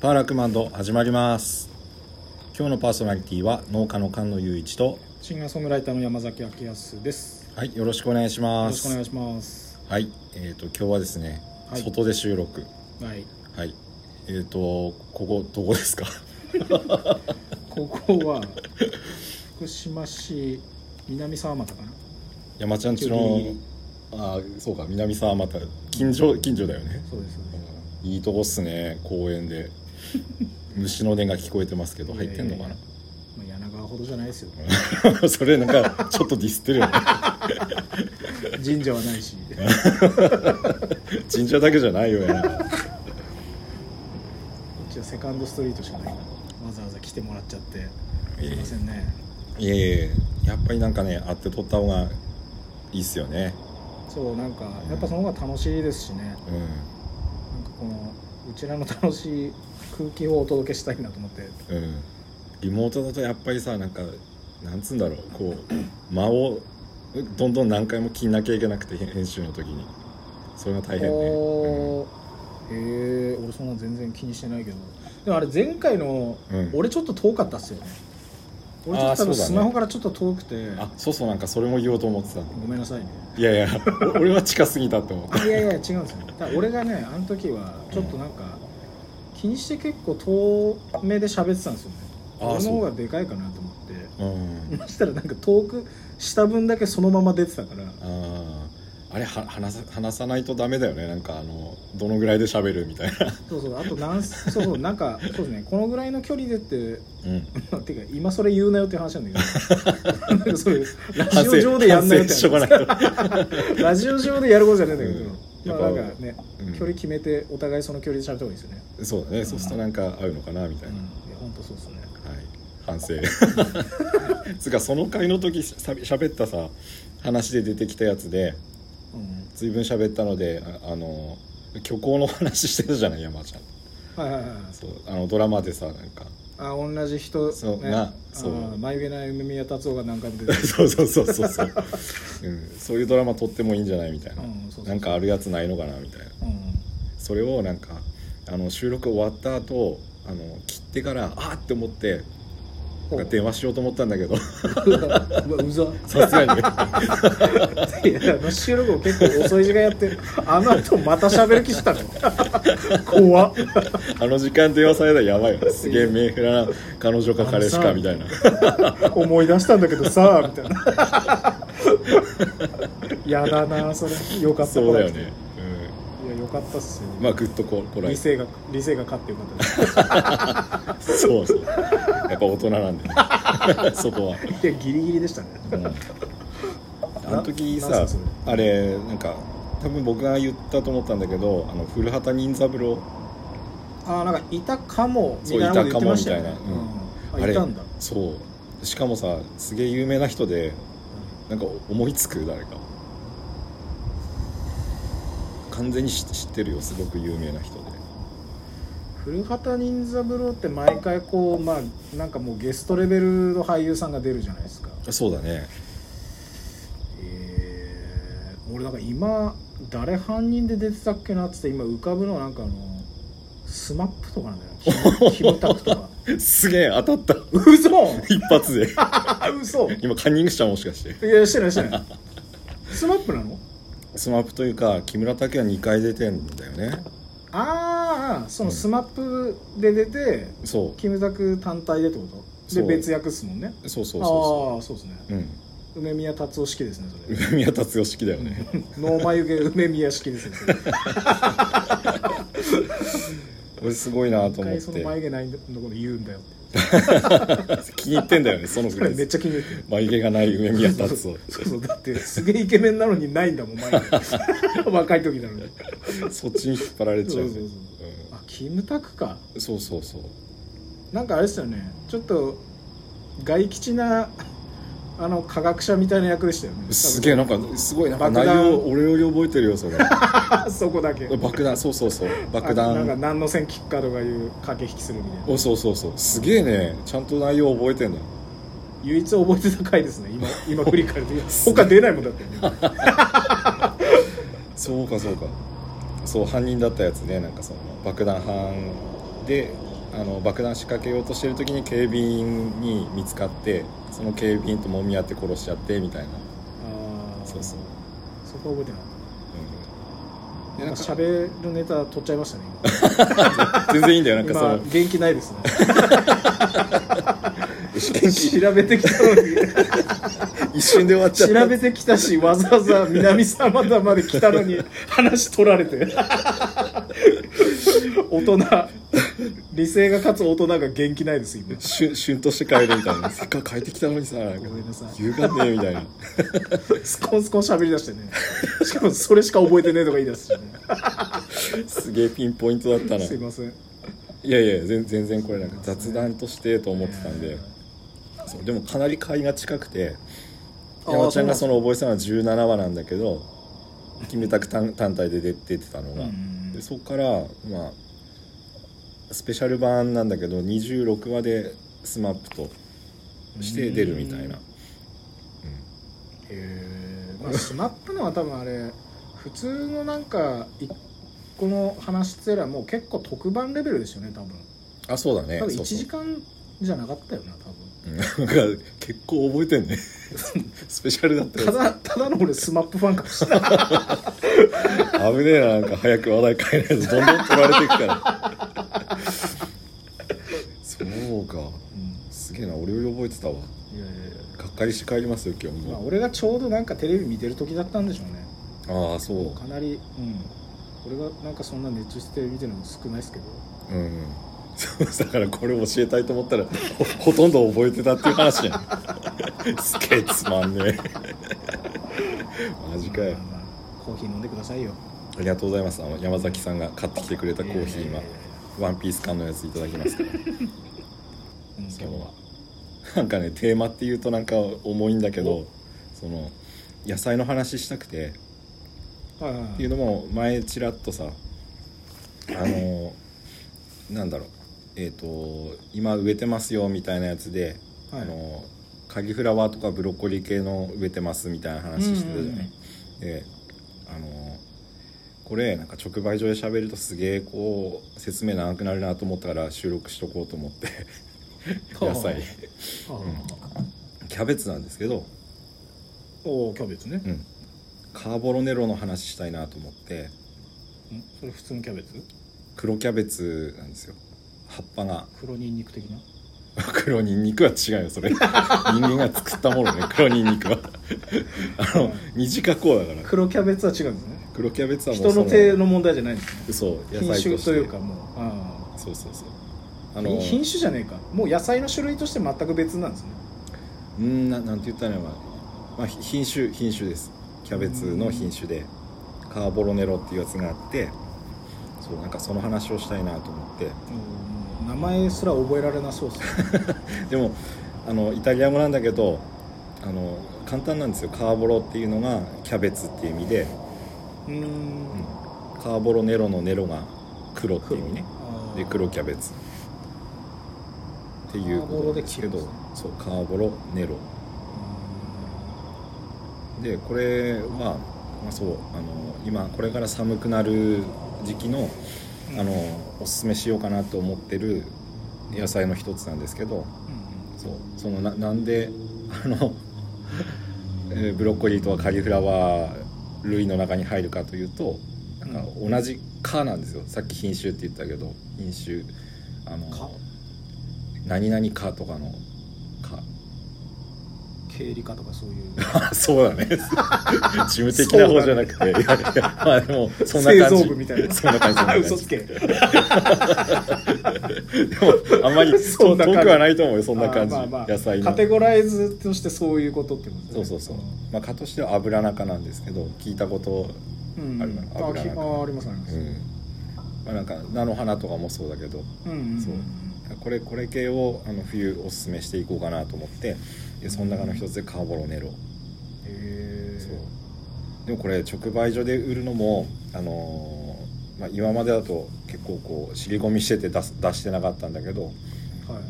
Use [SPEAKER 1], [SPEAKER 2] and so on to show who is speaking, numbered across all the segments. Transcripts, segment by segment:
[SPEAKER 1] パーラクマンド始まります今日のパーソナリティは農家の菅野雄一と
[SPEAKER 2] シンガーソングライターの山崎明康です。
[SPEAKER 1] はいよろしくお願いし
[SPEAKER 2] よ
[SPEAKER 1] ま
[SPEAKER 2] ろしく
[SPEAKER 1] す
[SPEAKER 2] お願いします。
[SPEAKER 1] はいえっ、と今日はですね、
[SPEAKER 2] はい
[SPEAKER 1] 外で収録
[SPEAKER 2] はい。
[SPEAKER 1] はいえっ、とここどこですか
[SPEAKER 2] ここは福島市南沢俣かな。
[SPEAKER 1] 山ちゃんち
[SPEAKER 2] ギ
[SPEAKER 1] の
[SPEAKER 2] リギリ
[SPEAKER 1] あーそうか南沢また近所近所だよね
[SPEAKER 2] そうですよね。
[SPEAKER 1] うんいいとこっすね公園 で虫の音が聞こえてますけど入ってんのかな、
[SPEAKER 2] まあ柳川ほどじゃないですよ。
[SPEAKER 1] それなんかちょっとディスって るよね
[SPEAKER 2] 神社はないし。
[SPEAKER 1] 神社だけじゃないよね
[SPEAKER 2] 一応セカンドストリートしかないから。わざわざ来てもらっちゃって。すいませんね。
[SPEAKER 1] いえいえやっぱりなんかね会って撮った方がいいっすよね
[SPEAKER 2] そうなんかやっぱその方が楽しいですしね。なんか
[SPEAKER 1] う
[SPEAKER 2] このうちらの楽しい空気をお届けしたいなと思って。
[SPEAKER 1] んうんリモートだとやっぱりさなんかなんつうんだろうこう間をどんどん何回も切んなきゃいけなくて編集の時にそれが大変ね、うん
[SPEAKER 2] おーへえ俺そんな全然気にしてないけどでもあれ前回の、
[SPEAKER 1] うん
[SPEAKER 2] 俺ちょっと遠かったっすよね俺ちょっと多
[SPEAKER 1] あーそうだね
[SPEAKER 2] 分スマホからちょっと遠くて、
[SPEAKER 1] あそうそうなんかそれも言おうと思ってた
[SPEAKER 2] ごめんなさいね
[SPEAKER 1] いやいやお 俺は近すぎたって思った
[SPEAKER 2] いやいや違うんですよだから俺がねあの時はちょっとなんか、気にして結構遠目で喋ってたんですよね
[SPEAKER 1] あー
[SPEAKER 2] 俺の
[SPEAKER 1] そう
[SPEAKER 2] 方がでかいかなと思って
[SPEAKER 1] うん
[SPEAKER 2] そしたらなんか遠くした分だけそのまま出てたから
[SPEAKER 1] あーあれは話さ話さないとダメだよねなんかあのどのぐらいで喋るみたいな
[SPEAKER 2] そうそうあとなんそうそうなんかそうですねこのぐらいの距離でって
[SPEAKER 1] うん
[SPEAKER 2] てか今それ言うなよって話なんだ けどなんかそういうラジオ上でやんなよっ
[SPEAKER 1] 反省
[SPEAKER 2] て
[SPEAKER 1] しとかないと
[SPEAKER 2] ラジオ上でやることじゃないんだけど、
[SPEAKER 1] うん
[SPEAKER 2] まあ
[SPEAKER 1] やっぱ
[SPEAKER 2] なんかね、
[SPEAKER 1] うん
[SPEAKER 2] 距離決めてお互いその距離で喋った方がいいですよね、
[SPEAKER 1] そうだね、そうするとなんか合うのかなみた
[SPEAKER 2] う
[SPEAKER 1] い
[SPEAKER 2] ん、
[SPEAKER 1] な、
[SPEAKER 2] い
[SPEAKER 1] は
[SPEAKER 2] や本当そうですね
[SPEAKER 1] い反省 つうかその回の時しゃべ喋ったさ話で出てきたやつで
[SPEAKER 2] うん
[SPEAKER 1] 随分喋ったのでああの虚構の話してたじゃない山ちゃん
[SPEAKER 2] はいはいはい
[SPEAKER 1] そうあのドラマでさなんか
[SPEAKER 2] あ同じ人
[SPEAKER 1] そう
[SPEAKER 2] ね
[SPEAKER 1] な
[SPEAKER 2] あ
[SPEAKER 1] そう
[SPEAKER 2] 眉毛ない梅宮達夫が何回も出て る
[SPEAKER 1] そうそうそうそうそう、うん、そういうドラマ撮ってもいいんじゃないみたいな、
[SPEAKER 2] うんそうそうそう
[SPEAKER 1] なんかあるやつないのかなみたいな
[SPEAKER 2] うん
[SPEAKER 1] それをなんかあの収録終わった後あの切ってからあーって思ってなんか電話しようと思ったんだけど
[SPEAKER 2] うわうわうざ
[SPEAKER 1] さすがに。
[SPEAKER 2] いやあの収録も結構遅い時間やってるあの後また喋る気したの 怖っ
[SPEAKER 1] あの時間電話されたらやばいよねすげえメンヘラな彼女か彼氏かみたいな
[SPEAKER 2] 思い出したんだけどさみたいなやだなそれよかった
[SPEAKER 1] そうだよね、
[SPEAKER 2] いやよかったっすよ、
[SPEAKER 1] うん、まあグッとここらえ
[SPEAKER 2] 理
[SPEAKER 1] て
[SPEAKER 2] 性が理性が勝ってよかった です
[SPEAKER 1] そうそうやっぱ大人なん で、ね、そこは、
[SPEAKER 2] いやギリギリでしたね
[SPEAKER 1] うん、あの時
[SPEAKER 2] なな
[SPEAKER 1] さ
[SPEAKER 2] んすか
[SPEAKER 1] あれなんか多分僕が言ったと思ったんだけどあの古畑任三郎
[SPEAKER 2] あーなんかいたかもみ
[SPEAKER 1] そう
[SPEAKER 2] たいなこと言ってましたよね
[SPEAKER 1] いたかもみたいなうん
[SPEAKER 2] うんあ
[SPEAKER 1] あれ
[SPEAKER 2] いたんだ
[SPEAKER 1] そうしかもさすげえ有名な人でなんか思いつく誰か完全に知知ってるよすごく有名な人で
[SPEAKER 2] 古畑任三郎って毎回こうまあなんかもうゲストレベルの俳優さんが出るじゃないですか
[SPEAKER 1] そうだね
[SPEAKER 2] えー、俺なんか今誰犯人で出てたっけなっつって今浮かぶのはなんかあのスマップとかなんだよキ ムキムタクとか
[SPEAKER 1] すげえ当たった
[SPEAKER 2] 嘘
[SPEAKER 1] 一発で
[SPEAKER 2] あ嘘い
[SPEAKER 1] 今カンニングしたもしかして
[SPEAKER 2] やしてないしてないスマップなの
[SPEAKER 1] スマップというか木村拓哉2回出てんだよね
[SPEAKER 2] ああそのスマップで出て、
[SPEAKER 1] そ
[SPEAKER 2] キムタク単体でってこと
[SPEAKER 1] そ
[SPEAKER 2] で
[SPEAKER 1] う
[SPEAKER 2] 別役っすもんね
[SPEAKER 1] うそうそうそ
[SPEAKER 2] ああそうですね
[SPEAKER 1] うそううん
[SPEAKER 2] 梅宮達夫式ですねそれ
[SPEAKER 1] 梅宮達夫式だよね
[SPEAKER 2] 脳眉毛梅宮式です ねそれ
[SPEAKER 1] 俺すごいなと
[SPEAKER 2] 一
[SPEAKER 1] 思っ
[SPEAKER 2] 回その眉
[SPEAKER 1] て
[SPEAKER 2] 毛ないのこと言うんだよって
[SPEAKER 1] 気に入ってんだよねその
[SPEAKER 2] それめっちゃ気に入ってる
[SPEAKER 1] 眉毛がない梅宮達夫
[SPEAKER 2] そうそうだってすげえイケメンなのにないんだもん前に 若い時なのに
[SPEAKER 1] そっちに引っ張られちゃうね
[SPEAKER 2] そうそうそう
[SPEAKER 1] うん
[SPEAKER 2] あキムタクか
[SPEAKER 1] そうそうそう
[SPEAKER 2] なんかあれですよねちょっと外吉なあの科学者みたいな役でしたよね
[SPEAKER 1] すげえなんかすごいなんか
[SPEAKER 2] 爆
[SPEAKER 1] 内
[SPEAKER 2] 弾
[SPEAKER 1] 容俺より覚えてるよそれ
[SPEAKER 2] あそこだけ
[SPEAKER 1] 爆弾そうそうそう爆
[SPEAKER 2] あなんか
[SPEAKER 1] 弾
[SPEAKER 2] 何の線切っかとかいう駆け引きするみたいな
[SPEAKER 1] おそうそうそうすげえねちゃんと内容覚えてんだよ
[SPEAKER 2] 唯一覚えてた回ですね今今振り返ると他出ないもん だって、
[SPEAKER 1] そうかそうかそう犯人だったやつねなんかその爆弾犯であの爆弾仕掛けようとしてる時に警備員に見つかってその警備員と揉み合って殺しちゃってみたいな、
[SPEAKER 2] ああ
[SPEAKER 1] そうそう
[SPEAKER 2] そこは覚えてな
[SPEAKER 1] うん、でな
[SPEAKER 2] いなん
[SPEAKER 1] ん
[SPEAKER 2] か
[SPEAKER 1] か
[SPEAKER 2] 喋るネタ取っちゃいましたね
[SPEAKER 1] 全然いいんだよなん
[SPEAKER 2] 今
[SPEAKER 1] かその
[SPEAKER 2] 今元気な いですね
[SPEAKER 1] 試験機
[SPEAKER 2] 調べてきたのに
[SPEAKER 1] 一瞬で終わっちゃった
[SPEAKER 2] 調べてきたしわざわざ南様田まで来たのに話取られて大人理性が勝つ大人が元気ないです今
[SPEAKER 1] しゅしゅんとして帰るみたいなせっかく帰ってきたのにさなんか
[SPEAKER 2] ごめんなさい
[SPEAKER 1] 言うかねえみたい な
[SPEAKER 2] スコンスコン喋りだしてねしかもそれしか覚えてねえとか言い出すし
[SPEAKER 1] すげえピンポイントだったな
[SPEAKER 2] ねすい
[SPEAKER 1] い
[SPEAKER 2] ません
[SPEAKER 1] やいや全全然これなんか雑談としてと思ってたんでそうでもかなり買いが近くて
[SPEAKER 2] あー
[SPEAKER 1] 山ちゃんがそ
[SPEAKER 2] そう
[SPEAKER 1] の覚えてたのは17話なんだけどキムタク単単体で出出てたのが、
[SPEAKER 2] うん
[SPEAKER 1] でそこからまあスペシャル版なんだけど26話で SMAP として出るみたいな
[SPEAKER 2] うんへえまあスマップのは多分あれ普通のなんか一個の話つよりはもう結構特番レベルですよね多分
[SPEAKER 1] あそうだね
[SPEAKER 2] 多分
[SPEAKER 1] そ
[SPEAKER 2] 1
[SPEAKER 1] うそう
[SPEAKER 2] 時間じゃなかったよな多
[SPEAKER 1] う
[SPEAKER 2] 分
[SPEAKER 1] んなんか結構覚えてんね スペシャルだった
[SPEAKER 2] た
[SPEAKER 1] よ
[SPEAKER 2] だただの俺スマップファンかもしれない
[SPEAKER 1] 危ねえななんか早く話題変えないとどんどん取られていくから そうかすげえな俺より覚えてたわ
[SPEAKER 2] いやいやいや
[SPEAKER 1] がっかりして帰りますよ今日
[SPEAKER 2] まあ
[SPEAKER 1] も
[SPEAKER 2] 俺がちょうどなんかテレビ見てる時だったんでしょうね
[SPEAKER 1] ああそう
[SPEAKER 2] かなりうん俺がなんかそんな熱中して見てるの少ないですけど
[SPEAKER 1] うんそうだからこれ教えたいと思ったらほほとんど覚えてたっていう話じゃんすげえつまんねえマジかよ
[SPEAKER 2] まあまあまあコーヒー飲んでくださいよ
[SPEAKER 1] ありがとうございますあの山崎さんが買ってきてくれたコーヒー今
[SPEAKER 2] いやいやいやい
[SPEAKER 1] ワンピース缶のやついただきますから
[SPEAKER 2] やうん今日
[SPEAKER 1] 今日は
[SPEAKER 2] は
[SPEAKER 1] なんかねテーマっていうとなんか重いんだけどその野菜の話したくて
[SPEAKER 2] はいはいはい
[SPEAKER 1] っていうのも前ちらっとさあのなんだろうえっ、と今植えてますよみたいなやつで、
[SPEAKER 2] はい
[SPEAKER 1] あのカリフラワーとかブロッコリー系の植えてますみたいな話してたじゃない、であのこれなんか直売所で喋るとすげえこう説明長くなるなと思ったから収録しとこうと思って野菜
[SPEAKER 2] はあ
[SPEAKER 1] キャベツなんですけど、
[SPEAKER 2] おおキャベツね
[SPEAKER 1] うん、カーボロネロの話したいなと思って
[SPEAKER 2] んそれ普通のキャベツ
[SPEAKER 1] 黒キャベツなんですよ葉っぱが
[SPEAKER 2] 黒ニンニク的な
[SPEAKER 1] 黒ニンニクは違うよそ れ人間が作ったものね黒ニンニクは あの二次加工だから
[SPEAKER 2] 黒キャベツは違うんですね
[SPEAKER 1] 黒キャベツはもう
[SPEAKER 2] 人の手の問題じゃないんですね
[SPEAKER 1] そう野
[SPEAKER 2] 品
[SPEAKER 1] 菜
[SPEAKER 2] 種
[SPEAKER 1] として
[SPEAKER 2] というかもうあ
[SPEAKER 1] そうそうそう
[SPEAKER 2] あ
[SPEAKER 1] あの
[SPEAKER 2] 品種じゃねえかもう野菜の種類として全く別なんですね
[SPEAKER 1] うんななんて言ったらいいのかな、まあ、ひ品種品種ですキャベツの品種でカーボロネロっていうやつがあってそうなんかその話をしたいなと思って
[SPEAKER 2] 名前すら覚えられなそうです ね
[SPEAKER 1] でもあのイタリア語なんだけどあの簡単なんですよカーボロっていうのがキャベツっていう意味で、
[SPEAKER 2] うーん
[SPEAKER 1] うんカーボロネロのネロが黒っていう意味ね
[SPEAKER 2] あー
[SPEAKER 1] で黒キャベツっていうことなんですけど
[SPEAKER 2] カーボロで切るん
[SPEAKER 1] そうカーボロネロでこれは、まあ、そうあの今これから寒くなる時期のあのおすすめしようかなと思ってる野菜の一つなんですけど
[SPEAKER 2] うん
[SPEAKER 1] そうそのななんであの、 えーブロッコリーとはカリフラワー類の中に入るかというとなんか同じ科なんですよさっき品種って言ったけど品種あの
[SPEAKER 2] 科
[SPEAKER 1] 何々科とかの科
[SPEAKER 2] 経理科とかそういう
[SPEAKER 1] あそうだね 事務的な方じゃなくて、いやいやまあでもそんな感じ
[SPEAKER 2] 製造部みたいな
[SPEAKER 1] そんな感じそんな感じ
[SPEAKER 2] 嘘つけ
[SPEAKER 1] でもあんまり
[SPEAKER 2] そんな感じ
[SPEAKER 1] 遠くはないと思うよそんな感じ、
[SPEAKER 2] あーまあまあ
[SPEAKER 1] 野菜の
[SPEAKER 2] カテゴライズとしてそういうことってことですね
[SPEAKER 1] そうそうそう、まあ、蚊としては油中なんですけど聞いたこと
[SPEAKER 2] うん、
[SPEAKER 1] あ
[SPEAKER 2] あ
[SPEAKER 1] る
[SPEAKER 2] る
[SPEAKER 1] か
[SPEAKER 2] か
[SPEAKER 1] な
[SPEAKER 2] あ
[SPEAKER 1] 油
[SPEAKER 2] き
[SPEAKER 1] 中
[SPEAKER 2] あーありますあります、
[SPEAKER 1] うんまあ、なんか菜の花とかもそうだけど
[SPEAKER 2] うんうんうん
[SPEAKER 1] そうこれこれ系をあの冬おすすめしていこうかなと思ってでその中の一つでカーボロネロ
[SPEAKER 2] へえ
[SPEAKER 1] そうでもこれ直売所で売るのも、あのーまあ、今までだと結構こう尻込みしてて出す出してなかったんだけど、
[SPEAKER 2] はい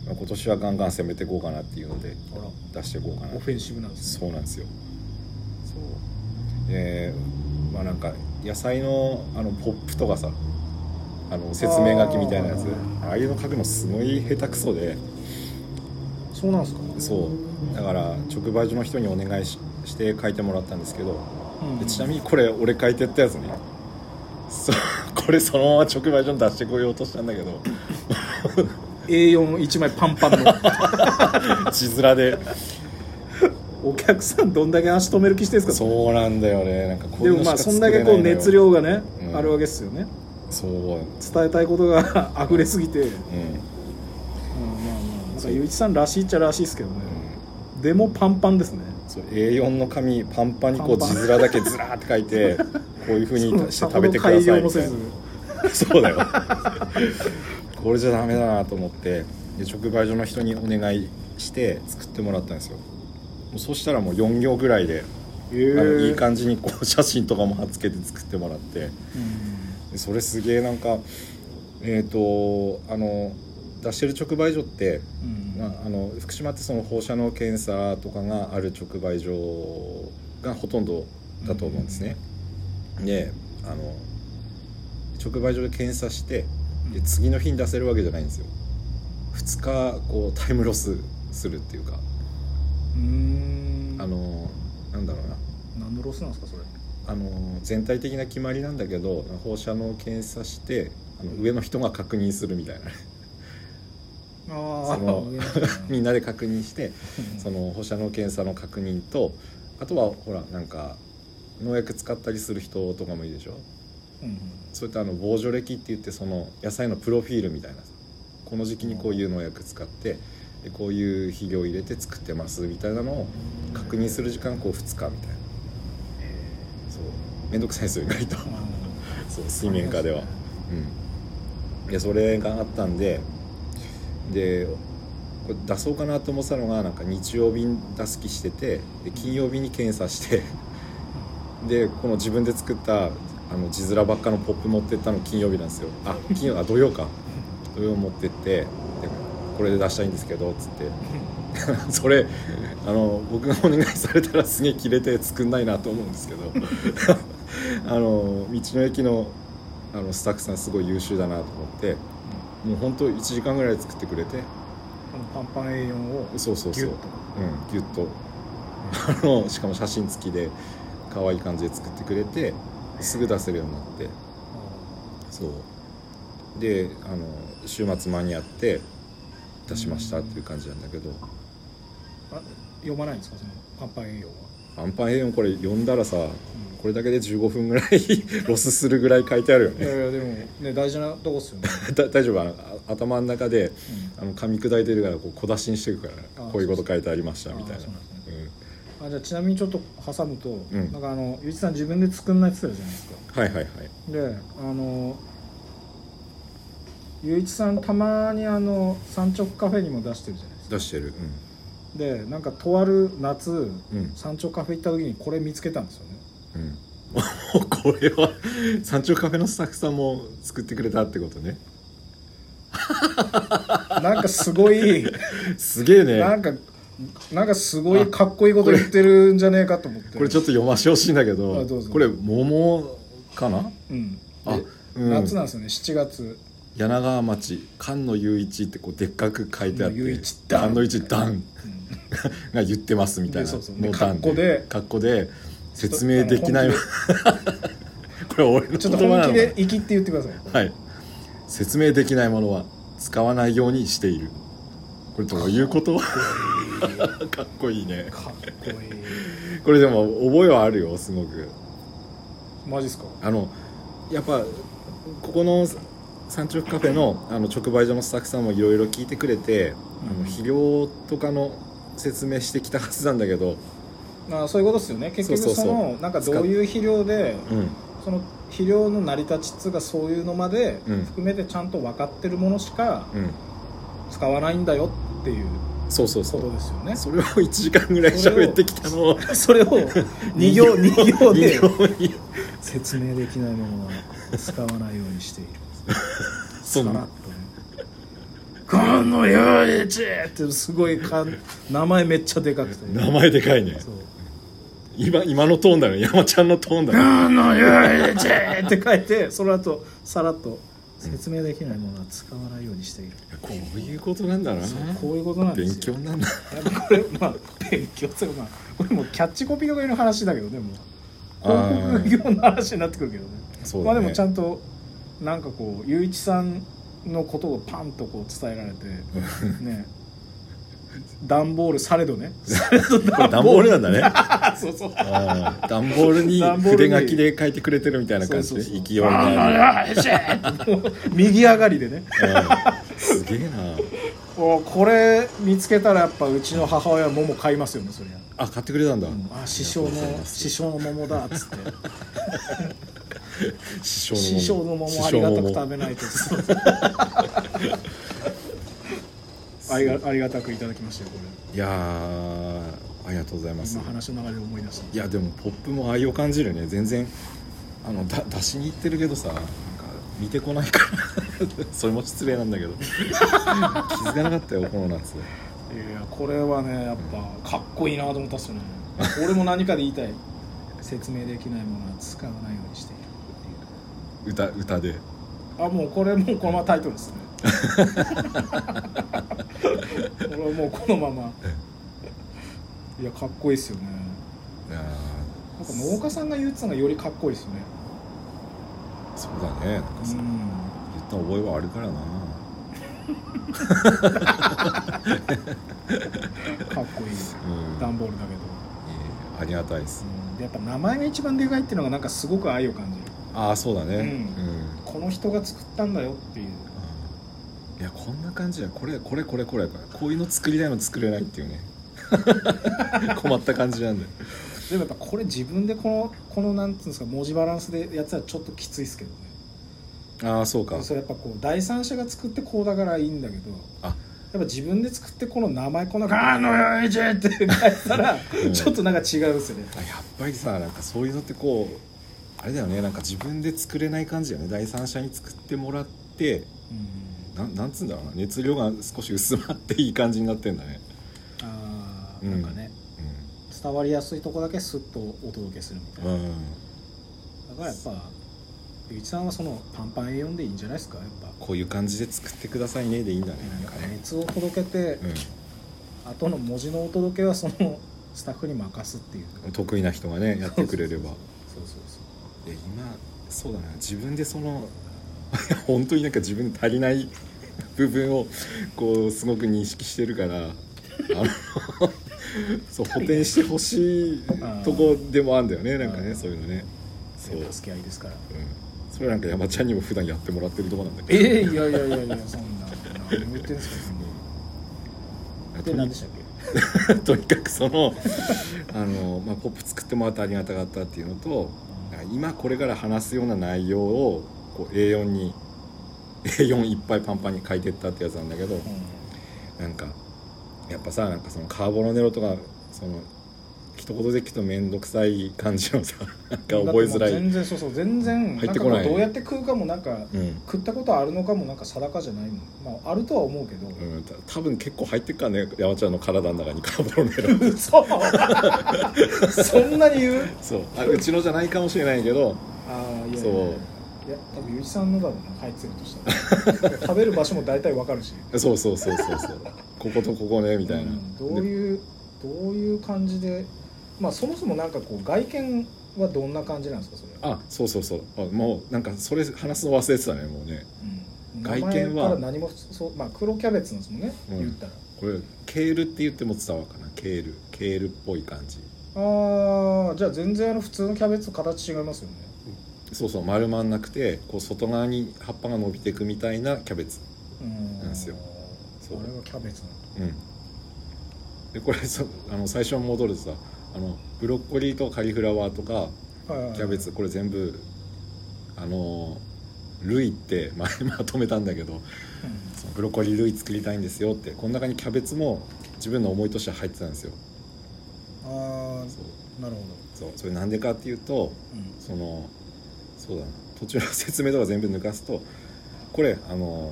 [SPEAKER 1] まあ、今年はガンガン攻めていこうかなっていうので
[SPEAKER 2] あら
[SPEAKER 1] 出していこうかな
[SPEAKER 2] オフェンシブなんです
[SPEAKER 1] そ
[SPEAKER 2] ね
[SPEAKER 1] うなんですよそうでまあなんか野菜のあのポップとかさあの説明書きみたいなやつああいうの書くのすごい下手くそで
[SPEAKER 2] そうなんですか
[SPEAKER 1] そうだから直売所の人にお願いしして書いてもらったんですけど
[SPEAKER 2] うん
[SPEAKER 1] でちなみにこれ俺書いてったやつねそうこれそのまま直売所に出してこようとしたんだけど
[SPEAKER 2] A41 枚パンパンの
[SPEAKER 1] 字面で
[SPEAKER 2] お客さんどんだけ足止める気してるんですか
[SPEAKER 1] そうなんだよねなんかこうい
[SPEAKER 2] で
[SPEAKER 1] う
[SPEAKER 2] もまあ
[SPEAKER 1] し
[SPEAKER 2] そ
[SPEAKER 1] か
[SPEAKER 2] ん
[SPEAKER 1] 作
[SPEAKER 2] だ
[SPEAKER 1] れ
[SPEAKER 2] け
[SPEAKER 1] ないの
[SPEAKER 2] こ
[SPEAKER 1] よ
[SPEAKER 2] う熱量がね、
[SPEAKER 1] うん
[SPEAKER 2] あるわけですよね
[SPEAKER 1] そう
[SPEAKER 2] 伝えたいことが 溢れすぎて、うん、ま
[SPEAKER 1] うん
[SPEAKER 2] あまあなんかゆういちさんらしいっちゃらしいですけどねでもパンパンですね
[SPEAKER 1] そう A4 の紙パンパンにこう
[SPEAKER 2] パンパ
[SPEAKER 1] 字
[SPEAKER 2] ン
[SPEAKER 1] 面だけずらーって書いてこういうふうにして
[SPEAKER 2] さ
[SPEAKER 1] 食
[SPEAKER 2] ほ
[SPEAKER 1] べ
[SPEAKER 2] ど
[SPEAKER 1] てくだ
[SPEAKER 2] 改
[SPEAKER 1] さい
[SPEAKER 2] 良
[SPEAKER 1] み
[SPEAKER 2] も
[SPEAKER 1] た
[SPEAKER 2] せ
[SPEAKER 1] い
[SPEAKER 2] ず
[SPEAKER 1] なそうだよこれじゃダメだなと思ってで直売所の人にお願いして作ってもらったんですよもうそしたらもう4行ぐらいで、
[SPEAKER 2] え
[SPEAKER 1] あの
[SPEAKER 2] ー
[SPEAKER 1] いい感じにこう写真とかも貼っつけて作ってもらって
[SPEAKER 2] うん
[SPEAKER 1] でそれすげえなんかえっ、とあの出してる直売所って
[SPEAKER 2] うん
[SPEAKER 1] まあ、あの福島ってその放射能検査とかがある直売所がほとんどだと思うんですね、であの直売所で検査してで次の日に出せるわけじゃないんですよ2日こうタイムロスするっていうか
[SPEAKER 2] うん
[SPEAKER 1] あのなんだろうな
[SPEAKER 2] 何のロスなんですかそれ
[SPEAKER 1] あの全体的な決まりなんだけど放射能検査してあの上の人が確認するみたいな
[SPEAKER 2] ああ
[SPEAKER 1] その みんなで確認してその放射能検査の確認とあとはほらなんか農薬使ったりする人とかもいいでしょそれとあの防除歴って言ってその野菜のプロフィールみたいなこの時期にこういう農薬使ってでこういう肥料入れて作ってますみたいなのを確認する時間こう2日みたいなそう面倒くさいですよ意外とそう水面下ではうんでそれがあったんででこれ出そうかなと思ってたのがなんか日曜日に出す気しててで金曜日に検査して でこの自分で作ったあの字面ばっかのポップ持ってったの金曜日なんですよあ金曜あ土曜か土曜持ってってでこれで出したいんですけどっつって それあの僕がお願いされたらすげえキレて作んないなと思うんですけど あの道の駅のあのスタッフさんすごい優秀だなと思ってもう本当1時間ぐらいで作ってくれて
[SPEAKER 2] このパンパン A4 を
[SPEAKER 1] そうそうそう
[SPEAKER 2] ギュッと
[SPEAKER 1] うん、ギュッとあのしかも写真付きで可愛い感じで作ってくれてすぐ出せるようになってそうであの週末間に合って出しましたっていう感じなんだけど
[SPEAKER 2] あ読まないんですかそのパンパン A4 は、
[SPEAKER 1] アンパン A4 これ読んだらさこれだけで15分ぐらい ロスするぐらい書いてあるよ
[SPEAKER 2] いや
[SPEAKER 1] ね
[SPEAKER 2] いやでもね大事なとこっすよね、
[SPEAKER 1] だ大丈夫あのあ頭の中であの噛み砕いてるからこう小出しにしていくか
[SPEAKER 2] あ
[SPEAKER 1] らこういうこと書いてありましたみたい
[SPEAKER 2] あ
[SPEAKER 1] な
[SPEAKER 2] そうなんですね
[SPEAKER 1] う
[SPEAKER 2] あじゃあちなみにちょっと挟むと、
[SPEAKER 1] ん
[SPEAKER 2] なんかあのゆういちさん自分で作んないって言ってたじ
[SPEAKER 1] んはいはいはい
[SPEAKER 2] ゃないですかであのゆういちさんたまにあの産直カフェにも出してるじゃないですか
[SPEAKER 1] 出してる
[SPEAKER 2] でなんかとある夏、
[SPEAKER 1] うんうん
[SPEAKER 2] 山頂カフェ行った時にこれ見つけたんですよね
[SPEAKER 1] うん、 これは山頂カフェのスタッフさんも作ってくれたってことね
[SPEAKER 2] なんかすごい
[SPEAKER 1] す げえ
[SPEAKER 2] な
[SPEAKER 1] ね
[SPEAKER 2] んかなんかすごいかっこいいこと言ってるんじゃねえかと思って
[SPEAKER 1] これちょっと読ましてほしいんだけど
[SPEAKER 2] あどうぞ
[SPEAKER 1] これ桃かな
[SPEAKER 2] うん、
[SPEAKER 1] あ
[SPEAKER 2] で、
[SPEAKER 1] うん、
[SPEAKER 2] 夏なんですよね7月
[SPEAKER 1] 柳川町菅野雄一ってこうでっかく書いてあって
[SPEAKER 2] 雄一ダン
[SPEAKER 1] 菅野雄一ダンが言ってますみたいな
[SPEAKER 2] でそうそうで
[SPEAKER 1] のダン
[SPEAKER 2] 格好で
[SPEAKER 1] 格好で説明できないこ れ俺の
[SPEAKER 2] ち
[SPEAKER 1] 言
[SPEAKER 2] ょっと
[SPEAKER 1] 葉なの
[SPEAKER 2] 本気で「粋」って言ってください
[SPEAKER 1] はい説明できないものは使わないようにしているこれどういうこと かっこいいね
[SPEAKER 2] かっこいい
[SPEAKER 1] これでも覚えはあるよすごく
[SPEAKER 2] マジっすか
[SPEAKER 1] あのやっぱここの山頂カフェのあの直売所のスタッフさんもいろいろ聞いてくれて、あ
[SPEAKER 2] う
[SPEAKER 1] の
[SPEAKER 2] ん
[SPEAKER 1] 肥料とかの説明してきたはずなんだけど、
[SPEAKER 2] あそういうことっすよね結局そ
[SPEAKER 1] そ
[SPEAKER 2] の
[SPEAKER 1] うそうそう
[SPEAKER 2] なんかどういう肥料で
[SPEAKER 1] うん、
[SPEAKER 2] その肥料の成り立ちっつうかそういうのまで
[SPEAKER 1] うん
[SPEAKER 2] 含めてちゃんと分かってるものしか
[SPEAKER 1] うん、
[SPEAKER 2] 使わないんだよっていう
[SPEAKER 1] そうそうそ
[SPEAKER 2] こと
[SPEAKER 1] う
[SPEAKER 2] ですよね
[SPEAKER 1] それを1時間ぐらい喋ってきたのを
[SPEAKER 2] それを2行2行
[SPEAKER 1] 2
[SPEAKER 2] で
[SPEAKER 1] 行に
[SPEAKER 2] 説明できないものは使わないようにしている
[SPEAKER 1] そん
[SPEAKER 2] さら
[SPEAKER 1] な
[SPEAKER 2] っとね菅野雄一ってすごいかん名前めっちゃでかくて
[SPEAKER 1] 名前でかいね
[SPEAKER 2] そう
[SPEAKER 1] 今今のトーンだね山ちゃんのトーンだね
[SPEAKER 2] 菅野雄一って書いてその後さらっと説明できないものは使わないようにしている、
[SPEAKER 1] こういうことなんだな
[SPEAKER 2] そうこういうことなんで
[SPEAKER 1] 勉
[SPEAKER 2] すよ
[SPEAKER 1] 強なんだ
[SPEAKER 2] いやこれまあ勉強というかまあこれもうキャッチコピーとかの話だけどねもう
[SPEAKER 1] あ
[SPEAKER 2] 広告業の話になってくるけどね
[SPEAKER 1] そう
[SPEAKER 2] ま
[SPEAKER 1] だね
[SPEAKER 2] あでもちゃんとなんかこう雄一さんのことをパンとこう伝えられ てね段ボールされ どねされど
[SPEAKER 1] これ段ボールなんだね
[SPEAKER 2] そうそう
[SPEAKER 1] あー段ボールに
[SPEAKER 2] 段ボール
[SPEAKER 1] 筆
[SPEAKER 2] に
[SPEAKER 1] 書きで書いてくれてるみたいな感じ
[SPEAKER 2] そう
[SPEAKER 1] で
[SPEAKER 2] そうそう
[SPEAKER 1] 勢いの ある
[SPEAKER 2] あーシェーもう 右上がりでね
[SPEAKER 1] うんすげえな
[SPEAKER 2] おこれ見つけたらやっぱうちの母親は桃買いますよねそりゃ
[SPEAKER 1] あ買ってくれたんだ
[SPEAKER 2] うんあ師匠の
[SPEAKER 1] ありがとうございます
[SPEAKER 2] 師匠の桃だっ つって
[SPEAKER 1] 師
[SPEAKER 2] 師匠の桃ありがたく食べないとそう ありがありがたくいただきましたよこれ
[SPEAKER 1] いやーありがとうございます
[SPEAKER 2] 今話の流れで思い出した
[SPEAKER 1] いやでもポップも愛を感じるね全然あのだ出しに行ってるけどさなんか見てこないから それも失礼なんだけど気づかなかったよこの夏
[SPEAKER 2] いやこれはねやっぱかっこいいなと思ったっすよね俺も何かで言いたい説明できないものは使わないようにしている
[SPEAKER 1] 歌歌で
[SPEAKER 2] あもうこれもうこのままタイトルですねこれはもうこのままいやかっこいいっすよね
[SPEAKER 1] あ
[SPEAKER 2] なんか農家さんが言うっつうのがよりかっこいいっすよね
[SPEAKER 1] ーそうだねなんか
[SPEAKER 2] う
[SPEAKER 1] さ
[SPEAKER 2] ん
[SPEAKER 1] 言った覚えはあるからな
[SPEAKER 2] かっこいい
[SPEAKER 1] うん
[SPEAKER 2] 段ボールだけど、
[SPEAKER 1] えーありがたいです
[SPEAKER 2] うんでやっぱ名前が一番でかいっていうのがなんかすごく愛を感じる
[SPEAKER 1] ああそうだね
[SPEAKER 2] う
[SPEAKER 1] うんん、
[SPEAKER 2] この人が作ったんだよっていう
[SPEAKER 1] いやこんな感じだよこれこれこれこれこれこういうの作りたいの作れないっていうね 困った感じなんだよ
[SPEAKER 2] でもやっぱこれ自分でこのこのなんていうんですか文字バランスでやってたらちょっときついですけどね
[SPEAKER 1] ああそうか
[SPEAKER 2] それやっぱこう第三者が作ってこうだからいいんだけど
[SPEAKER 1] あ
[SPEAKER 2] やっぱ自分で作ってこの名前この「あのよいち」って書いた
[SPEAKER 1] う
[SPEAKER 2] ら
[SPEAKER 1] ん
[SPEAKER 2] ちょっとなんか違うんですよね、
[SPEAKER 1] あやっぱりさなんかそういうのってこうあれだよねなんか自分で作れない感じだよね第三者に作ってもらってなんなんつうんだろうな熱量が少し薄まっていい感じになってんだね、
[SPEAKER 2] ああ
[SPEAKER 1] うん
[SPEAKER 2] なんかね、伝わりやすいとこだけスッとお届けするみたいな
[SPEAKER 1] うん、うん
[SPEAKER 2] だからやっぱゆういちさんはそのパンパン A4 でいいんじゃないですかやっぱ
[SPEAKER 1] こういう感じで作ってくださいねでいいんだねなんかね、
[SPEAKER 2] 熱を届けて、後の文字のお届けはそのスタッフに任すっていう
[SPEAKER 1] うん、得意な人がねやってくれれ ば
[SPEAKER 2] そうそうそ
[SPEAKER 1] で今そうだな自分でそ の本当になんか自分で足りない部分をこうすごく認識してる からあのそう補填してほしいとこでもあるんだよねなんか
[SPEAKER 2] あ
[SPEAKER 1] ね
[SPEAKER 2] ー
[SPEAKER 1] そういうのねそう、
[SPEAKER 2] う
[SPEAKER 1] うん、
[SPEAKER 2] そう助け合いですから
[SPEAKER 1] それはなんか山ちゃんにも普段やってもらってるとこなんだけど
[SPEAKER 2] ええいやいやいやいやそんな何言ってんすかそんなで
[SPEAKER 1] と
[SPEAKER 2] 何
[SPEAKER 1] に
[SPEAKER 2] でしたっけ
[SPEAKER 1] とにかくそのあの、まあ、ポップ作ってもらってありがたかったっていうのとなんか今これから話すような内容をこう A4 に A4 いっぱいパンパンに書いてったってやつなんだけどなんかやっぱさなんかそのカーボロネロとかその一言で聞くと面倒くさい感じのさなんか覚えづら
[SPEAKER 2] だってもう
[SPEAKER 1] い、
[SPEAKER 2] 全然そうそう全然
[SPEAKER 1] 入ってこない
[SPEAKER 2] んかどうやって食うかもなんか
[SPEAKER 1] うん
[SPEAKER 2] 食ったことあるのかもなんか定かじゃないの、まあ、あるとは思うけど、
[SPEAKER 1] うん、た多分結構入ってっからね山ちゃんの体の中にカーボロネロ
[SPEAKER 2] 嘘 そんなに言う
[SPEAKER 1] そうあうちのじゃないかもしれないけど
[SPEAKER 2] ああいやいやいや
[SPEAKER 1] そう
[SPEAKER 2] いや多分ゆういちさんのだろうな入ってるとしたら食べる場所も大体わかるし
[SPEAKER 1] そうそうそうそうそうこことここねみたいな、
[SPEAKER 2] うんどういうどういう感じでまあそもそもなんかこう外見はどんな感じなんですかそれは、
[SPEAKER 1] あそうそうそうあもうなんかそれ話すの忘れてたねもうね
[SPEAKER 2] うん
[SPEAKER 1] 外見は
[SPEAKER 2] 名前から何もそうまあ黒キャベツなんですもんね、
[SPEAKER 1] うん
[SPEAKER 2] 言ったら
[SPEAKER 1] これケールって言っても伝わるかなケールケールっぽい感じ
[SPEAKER 2] ああじゃあ全然あの普通のキャベツと形違いますよね
[SPEAKER 1] そうそう丸まんなくてこう外側に葉っぱが伸びていくみたいなキャベツ
[SPEAKER 2] うん
[SPEAKER 1] なんですよそう
[SPEAKER 2] あれはキャベツなん
[SPEAKER 1] うん
[SPEAKER 2] だ
[SPEAKER 1] でこれそあの最初に戻るとさあのブロッコリーとカリフラワーとか
[SPEAKER 2] はいはいはい
[SPEAKER 1] キャベツこれ全部あの類って 前まとめたんだけど
[SPEAKER 2] う
[SPEAKER 1] そのブロッコリー類作りたいんですよってこの中にキャベツも自分の思いとして入ってたんですよ
[SPEAKER 2] んあ
[SPEAKER 1] そう
[SPEAKER 2] あなるほど、
[SPEAKER 1] そうそれなんでかっていうと
[SPEAKER 2] うん
[SPEAKER 1] そのそうだな途中の説明とか全部抜かすとこれあの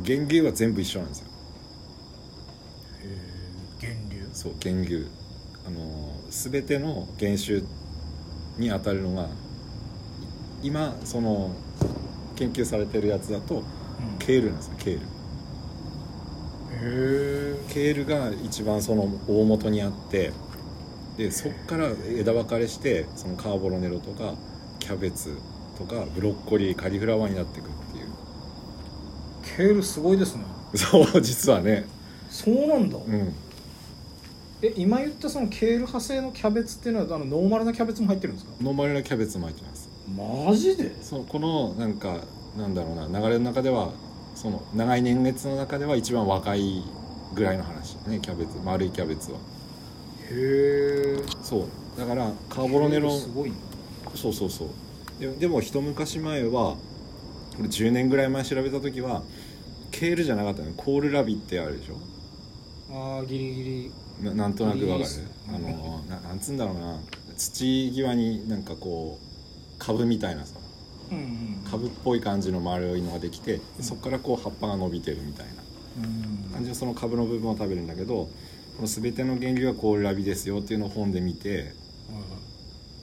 [SPEAKER 1] ー源流は全部一緒なんですよ
[SPEAKER 2] 源流
[SPEAKER 1] そう源流あのー全ての原種に当たるのがい今その研究されてるやつだと
[SPEAKER 2] うん
[SPEAKER 1] ケールなんですよケール
[SPEAKER 2] へ
[SPEAKER 1] ケールが一番その大元にあってでそっから枝分かれしてそのカーボロネロとかキャベツとかブロッコリーカリフラワーになっていくってい
[SPEAKER 2] ケールすごいですね
[SPEAKER 1] う そう実はね
[SPEAKER 2] そうなんだ、
[SPEAKER 1] うん
[SPEAKER 2] え今言ったそのケール派生のキャベツっていうのはあのノーマルなキャベツも入ってるんですか
[SPEAKER 1] ノーマルなキャベツも入ってます
[SPEAKER 2] マジで
[SPEAKER 1] そうこのなんかなんだろうな流れの中ではその長い年月の中では一番若いぐらいの話ねキャベツ丸いキャベツは
[SPEAKER 2] へえ
[SPEAKER 1] そうだからカーボロネロ
[SPEAKER 2] すごいな
[SPEAKER 1] そうそうそうででも一昔前はこれ10年ぐらい前調べた時はケールじゃなかったのコールラビってあるでしょ
[SPEAKER 2] あーギリギリ
[SPEAKER 1] ななんとなくわか
[SPEAKER 2] いいっ
[SPEAKER 1] る
[SPEAKER 2] すね
[SPEAKER 1] あのななんつうんだろうな土際になんかこう株みたいなさ
[SPEAKER 2] うんうん
[SPEAKER 1] 株っぽい感じの丸いのができてそこからこう葉っぱが伸びてるみたいな
[SPEAKER 2] うん
[SPEAKER 1] 感じでその株の部分を食べるんだけどこの全ての原料がコールラビですよっていうのを本で見て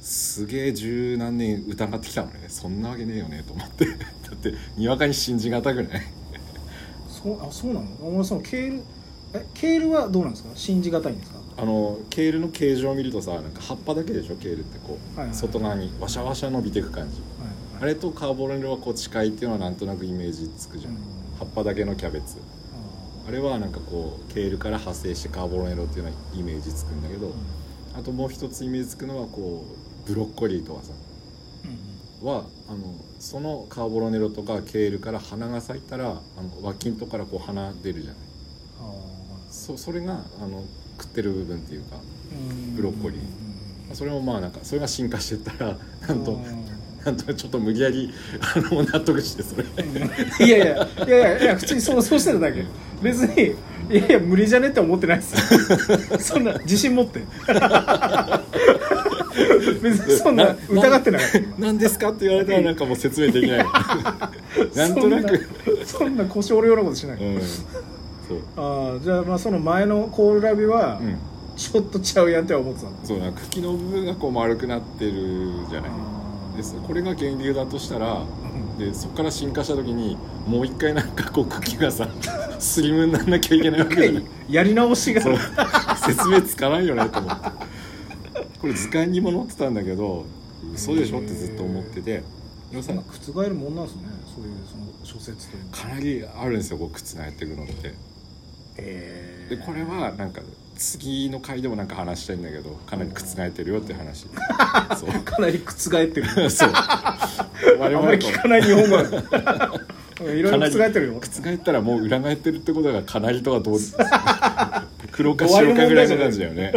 [SPEAKER 1] すげえ十何年疑ってきたのねそんなわけねえよねと思って だってにわかに信じがたくない
[SPEAKER 2] そうあそうなの大村さんケールえケールはどうなんですか信じがたいんですか
[SPEAKER 1] あのケールの形状を見るとさなんか葉っぱだけでしょケールってこう、
[SPEAKER 2] はいはい
[SPEAKER 1] 外側にワシャワシャ伸びてく感じ
[SPEAKER 2] はい
[SPEAKER 1] あれとカーボロネロはこう近いっていうのはなんとなくイメージつくじゃない、
[SPEAKER 2] うん
[SPEAKER 1] 葉っぱだけのキャベツ
[SPEAKER 2] あ
[SPEAKER 1] あれはなんかこうケールから派生してカーボロネロっていうのはイメージつくんだけど、
[SPEAKER 2] ー
[SPEAKER 1] あともう一つイメージつくのはこうブロッコリーとかさ
[SPEAKER 2] うん
[SPEAKER 1] はあのそのカーボロネロとかケールから花が咲いたらあの脇んとこからこう花出るじゃないそそれがあの食ってる部分っていうか
[SPEAKER 2] うん
[SPEAKER 1] ブロッコリー
[SPEAKER 2] うん
[SPEAKER 1] それもまあなんかそれが進化してったらなんと
[SPEAKER 2] う
[SPEAKER 1] なんとちょっと無理やりあの納得してそれ
[SPEAKER 2] んいやいやいやいやいや普通にそうそうしてただけ別にいやいや無理じゃねって思ってないですよそんな自信持って別にそんな疑ってない
[SPEAKER 1] 何ですかって言われたらなんかもう説明できない なんとなく
[SPEAKER 2] そんなそんな腰折るようなことしない、
[SPEAKER 1] うんそう
[SPEAKER 2] ああじゃあまあその前のコールラビは
[SPEAKER 1] うん
[SPEAKER 2] ちょっとちゃうやんっては思ってたの、
[SPEAKER 1] そうなんか茎の部分がこう丸くなってるじゃないですこれが源流だとしたら
[SPEAKER 2] うん
[SPEAKER 1] でそこから進化した時にもう一回なんかこう茎がさ スリムにならなきゃいけないわけじゃない
[SPEAKER 2] やり直しがあ
[SPEAKER 1] そ
[SPEAKER 2] る
[SPEAKER 1] う説明つかないよねと思ってこれ図鑑にも載ってたんだけど嘘でしょってずっと思ってて要す
[SPEAKER 2] そ
[SPEAKER 1] る
[SPEAKER 2] んな
[SPEAKER 1] に
[SPEAKER 2] 覆るもんなんですねそういうその諸説というか
[SPEAKER 1] かなりあるんですよこう靴がやっていくのって
[SPEAKER 2] え
[SPEAKER 1] でこれはなんか次の回でもなんか話したいんだけどかなり覆ってるよっていう話そう
[SPEAKER 2] かなり覆ってる
[SPEAKER 1] そう
[SPEAKER 2] あ
[SPEAKER 1] 我
[SPEAKER 2] ん
[SPEAKER 1] 々
[SPEAKER 2] まり聞かない日本 語だいろいろ覆ってるよ
[SPEAKER 1] 覆ったらもう裏返ってるってことがかなりとはどう 黒か白かぐらいの感じだよね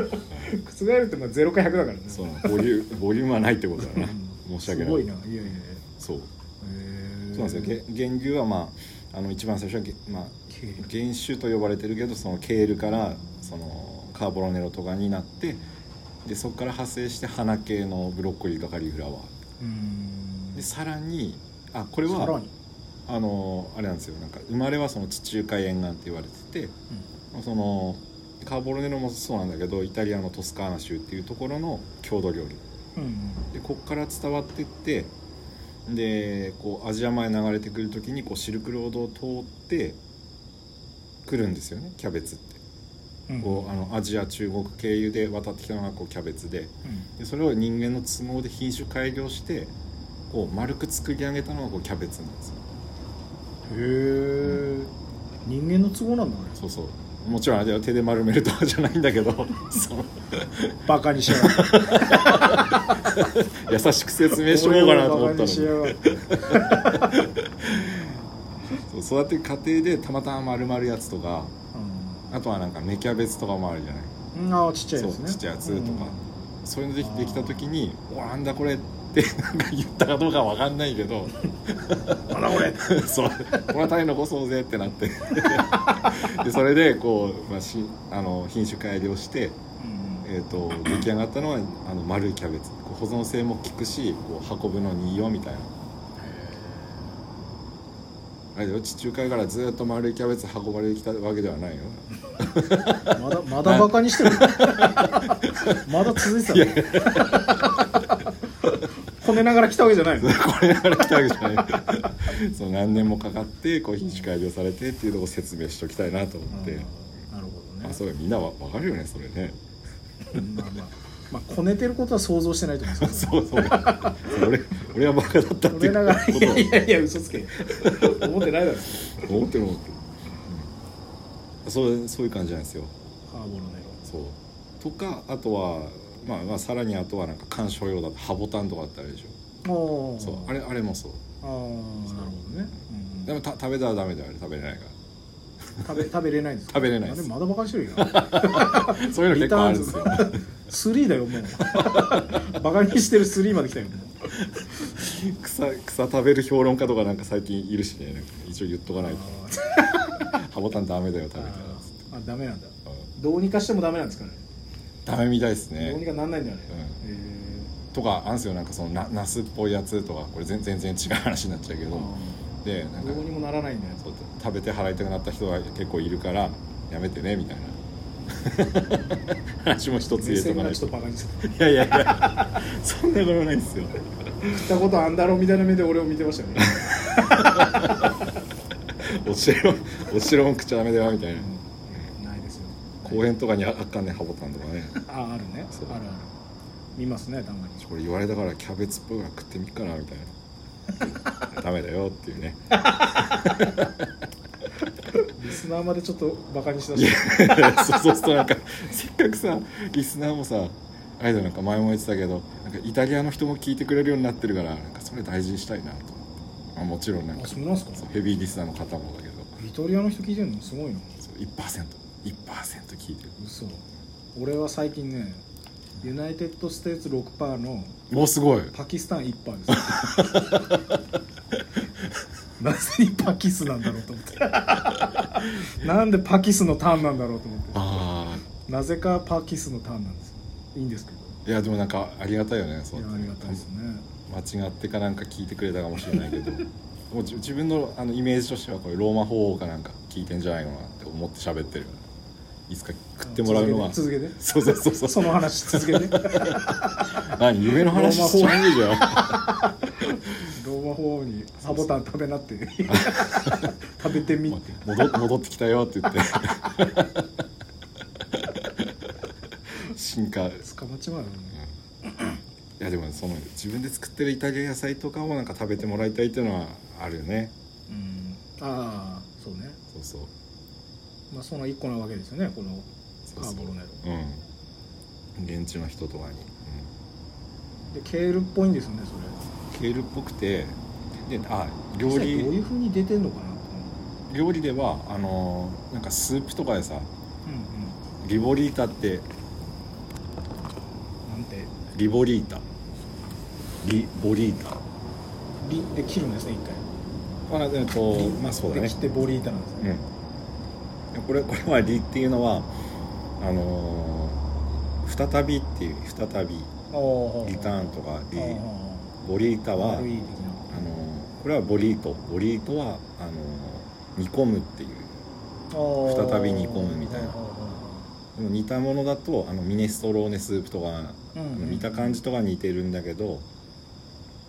[SPEAKER 2] 覆るってまあ0か100だからね
[SPEAKER 1] そのボリュボリュームはないってことだな
[SPEAKER 2] うん
[SPEAKER 1] 申し訳
[SPEAKER 2] す
[SPEAKER 1] な
[SPEAKER 2] ご
[SPEAKER 1] い
[SPEAKER 2] いないやいやいや
[SPEAKER 1] そう
[SPEAKER 2] へえ
[SPEAKER 1] そうなんですよげ源流はまああの一番最初はげ、まあ、
[SPEAKER 2] ケール
[SPEAKER 1] 原種と呼ばれてるけどそのケールからそのカーボロネロとかになってでそこから派生して花系のブロッコリーとカリフラワ
[SPEAKER 2] うーん
[SPEAKER 1] ーでさらにあこれ
[SPEAKER 2] さら
[SPEAKER 1] は
[SPEAKER 2] に
[SPEAKER 1] あのあれなんですよなんか生まれはその地中海沿岸って言われててそのカーボロネロもそうなんだけどイタリアのトスカーナ州っていうところの郷土料理
[SPEAKER 2] うんうん
[SPEAKER 1] でこっから伝わってってでこうアジアまで流れてくる時にこうシルクロードを通ってくるんですよねキャベツって、
[SPEAKER 2] うん
[SPEAKER 1] こうあのアジア中国経由で渡ってきたのがこうキャベツで
[SPEAKER 2] う
[SPEAKER 1] でそれを人間の都合で品種改良してこう丸く作り上げたのがこうキャベツなんですよ
[SPEAKER 2] んへえ人間の都合なんだね
[SPEAKER 1] そうそうもちろんあれは手で丸めるとかじゃないんだけどその
[SPEAKER 2] バカにしやがって
[SPEAKER 1] 優しく説明しようかなと思ったの
[SPEAKER 2] 俺をバカに
[SPEAKER 1] に
[SPEAKER 2] しやがって
[SPEAKER 1] そう育てる過程でたまたま丸々やつとかあとはなんか芽キャベツとかもあるじゃない
[SPEAKER 2] うんああちっちゃいやつ
[SPEAKER 1] そう
[SPEAKER 2] ね
[SPEAKER 1] ちっちゃいやつとか、そういうのでき
[SPEAKER 2] あー
[SPEAKER 1] できた時に「おなんだこれ」ってなんか言ったかどうかわかんないけど
[SPEAKER 2] うんあら俺
[SPEAKER 1] 「そうこれは種残そうぜ」ってなってでそれでこう、まあ、しあの品種改良して、えー、と出来上がったのはあの丸いキャベツこう保存性も効くしこう運ぶのにいいよみたいな。あれだよ地中海からずっと丸いキャベツ運ばれてきたわけでは ないよ
[SPEAKER 2] まだまだバカに してるまだ続いてたのこ寝ながら来たわけじゃないの
[SPEAKER 1] これから来たわけじゃないそう何年もかかってこう品種改良されてっていうとこを説明しときたいなと思って、
[SPEAKER 2] なるほどね
[SPEAKER 1] あそうみんなわ分かるよねそれね
[SPEAKER 2] うんまあまあまあこねてることは想像してないと思うんですけど
[SPEAKER 1] そうそうそう俺俺はバカだったって
[SPEAKER 2] 俺
[SPEAKER 1] いう
[SPEAKER 2] ながらい
[SPEAKER 1] こと
[SPEAKER 2] やいやいや嘘 つけ思ってないだろ
[SPEAKER 1] を思ってる思ってる、うんそうそういう感じなんですよ
[SPEAKER 2] カーボロネロ
[SPEAKER 1] そうとかあとは、まあ、まあさらにあとはなんか観賞用だとハボタンとかあったらでしょ
[SPEAKER 2] お
[SPEAKER 1] そうあれあれもそう
[SPEAKER 2] ああなるほどね、うん
[SPEAKER 1] でもた食べたらダメだよあれ食べれないから
[SPEAKER 2] 食べ食べれないんですか
[SPEAKER 1] 食べれないです
[SPEAKER 2] あでもまだバカにして るやん
[SPEAKER 1] そういうの結構あるんですよ
[SPEAKER 2] リタ3だ よもうバカにしてる3まで来たよもう
[SPEAKER 1] 草草食べる評論家とかなんか最近いるしねなんか一応言っとかないとハボタンダメだよ食べたら
[SPEAKER 2] あダメなんだ
[SPEAKER 1] うん
[SPEAKER 2] どうにかしてもダメなんですかね
[SPEAKER 1] ダメみたいです
[SPEAKER 2] どうに
[SPEAKER 1] ね
[SPEAKER 2] かなんないんだね、
[SPEAKER 1] うん
[SPEAKER 2] え
[SPEAKER 1] とかあんすよなんかそのなナスっぽいやつとかこれ全全然違う話になっちゃうけ
[SPEAKER 2] ー
[SPEAKER 1] どでなんか
[SPEAKER 2] どうにもならないんだよ
[SPEAKER 1] そう食べて払いたくなった人が結構いるからやめてねみたいな 話も一つ
[SPEAKER 2] 目
[SPEAKER 1] 入れと
[SPEAKER 2] 線
[SPEAKER 1] かな
[SPEAKER 2] が
[SPEAKER 1] い
[SPEAKER 2] ち
[SPEAKER 1] と
[SPEAKER 2] ょっとバカにして
[SPEAKER 1] いやいやいやそんなことないですよ
[SPEAKER 2] 言ったことあんだろうみたいな目で俺を見てましたよね
[SPEAKER 1] お城お城も食っちゃダメだよみたいな
[SPEAKER 2] うんないですよ
[SPEAKER 1] 公園とかにああっかんねハボタンとかね
[SPEAKER 2] ああるね
[SPEAKER 1] そう
[SPEAKER 2] あるある見ますねたまに
[SPEAKER 1] これ言われたからキャベツっぽいから食ってみっかなみたいなダメだよっていうね
[SPEAKER 2] リスナーまでちょっとバカにしだ
[SPEAKER 1] い
[SPEAKER 2] し
[SPEAKER 1] や
[SPEAKER 2] た
[SPEAKER 1] そうそうするとなんかせっかくさリスナーもさあれだよなんか前も言ってたけどなんかイタリアの人も聞いてくれるようになってるからなんかそれ大事にしたいなと思って、まあ、もちろんなんか
[SPEAKER 2] あそうなんすか
[SPEAKER 1] そうヘビーリスナーの方もだけど
[SPEAKER 2] イタリアの人聞いてるのすごいな
[SPEAKER 1] そう 1%1% 聞いてる
[SPEAKER 2] 嘘俺は最近ねユナイテッド・ステーツ6パーの
[SPEAKER 1] もうすごい
[SPEAKER 2] パキスタン1パーです なぜにパキスなんだろうと思ってなんでパキスのターンなんだろうと思って
[SPEAKER 1] あ
[SPEAKER 2] なぜかパキスのターンなんですよいいんですけど
[SPEAKER 1] あいやでもなんかありがたいよねそう
[SPEAKER 2] い
[SPEAKER 1] や
[SPEAKER 2] や
[SPEAKER 1] って
[SPEAKER 2] ありがたいですね
[SPEAKER 1] 間違ってかなんか聞いてくれたかもしれない けどもうじ自分のあのイメージとしてはこれローマ法王かなんか聞いてんじゃないかなって思って喋ってるよねいつか食ってもらうのは
[SPEAKER 2] 続けて
[SPEAKER 1] そ
[SPEAKER 2] 続
[SPEAKER 1] うそうそう
[SPEAKER 2] けて
[SPEAKER 1] そ
[SPEAKER 2] そうの話続けてロー
[SPEAKER 1] 何夢の話しちゃうんじゃん
[SPEAKER 2] マ法王にサボタン食べなって食べてみって
[SPEAKER 1] 戻戻ってきたよって言って進化い
[SPEAKER 2] 捕まっちまうよね
[SPEAKER 1] やでもその自分で作ってるイタリア野菜とかをなんか食べてもらいたいっていうのはあるよね
[SPEAKER 2] うんああそうね
[SPEAKER 1] そうそう
[SPEAKER 2] まあその一個なわけですよねこの
[SPEAKER 1] そ
[SPEAKER 2] カ
[SPEAKER 1] う
[SPEAKER 2] ーボロネロ
[SPEAKER 1] そううん現地の人とかに、うん
[SPEAKER 2] でケールっぽいんですよねそれ
[SPEAKER 1] ケールっぽくてであ
[SPEAKER 2] 実
[SPEAKER 1] 料
[SPEAKER 2] 際どうい
[SPEAKER 1] 理
[SPEAKER 2] うふうに出てんのかなと思
[SPEAKER 1] 料理ではあのーなんかスープとかでさ
[SPEAKER 2] ううん
[SPEAKER 1] リボリータって
[SPEAKER 2] うんなんて
[SPEAKER 1] リボリータリボリータ
[SPEAKER 2] リで切るんですね一
[SPEAKER 1] あえっと
[SPEAKER 2] 回
[SPEAKER 1] まあそうだ
[SPEAKER 2] で
[SPEAKER 1] ね
[SPEAKER 2] 切ってボリータなんですね、
[SPEAKER 1] うんこれこれはリっていうのはあのー再びっていう再び
[SPEAKER 2] おー
[SPEAKER 1] リターンとかリ
[SPEAKER 2] あ
[SPEAKER 1] ボリータ
[SPEAKER 2] ー
[SPEAKER 1] はあ
[SPEAKER 2] 悪
[SPEAKER 1] の
[SPEAKER 2] い
[SPEAKER 1] ー
[SPEAKER 2] 的な
[SPEAKER 1] これはボリートボリートはあのー煮込むっていう再び煮込むみたいなでも似たものだとあのミネストローネスープとか、
[SPEAKER 2] うんうん
[SPEAKER 1] あの見た感じとか似てるんだけど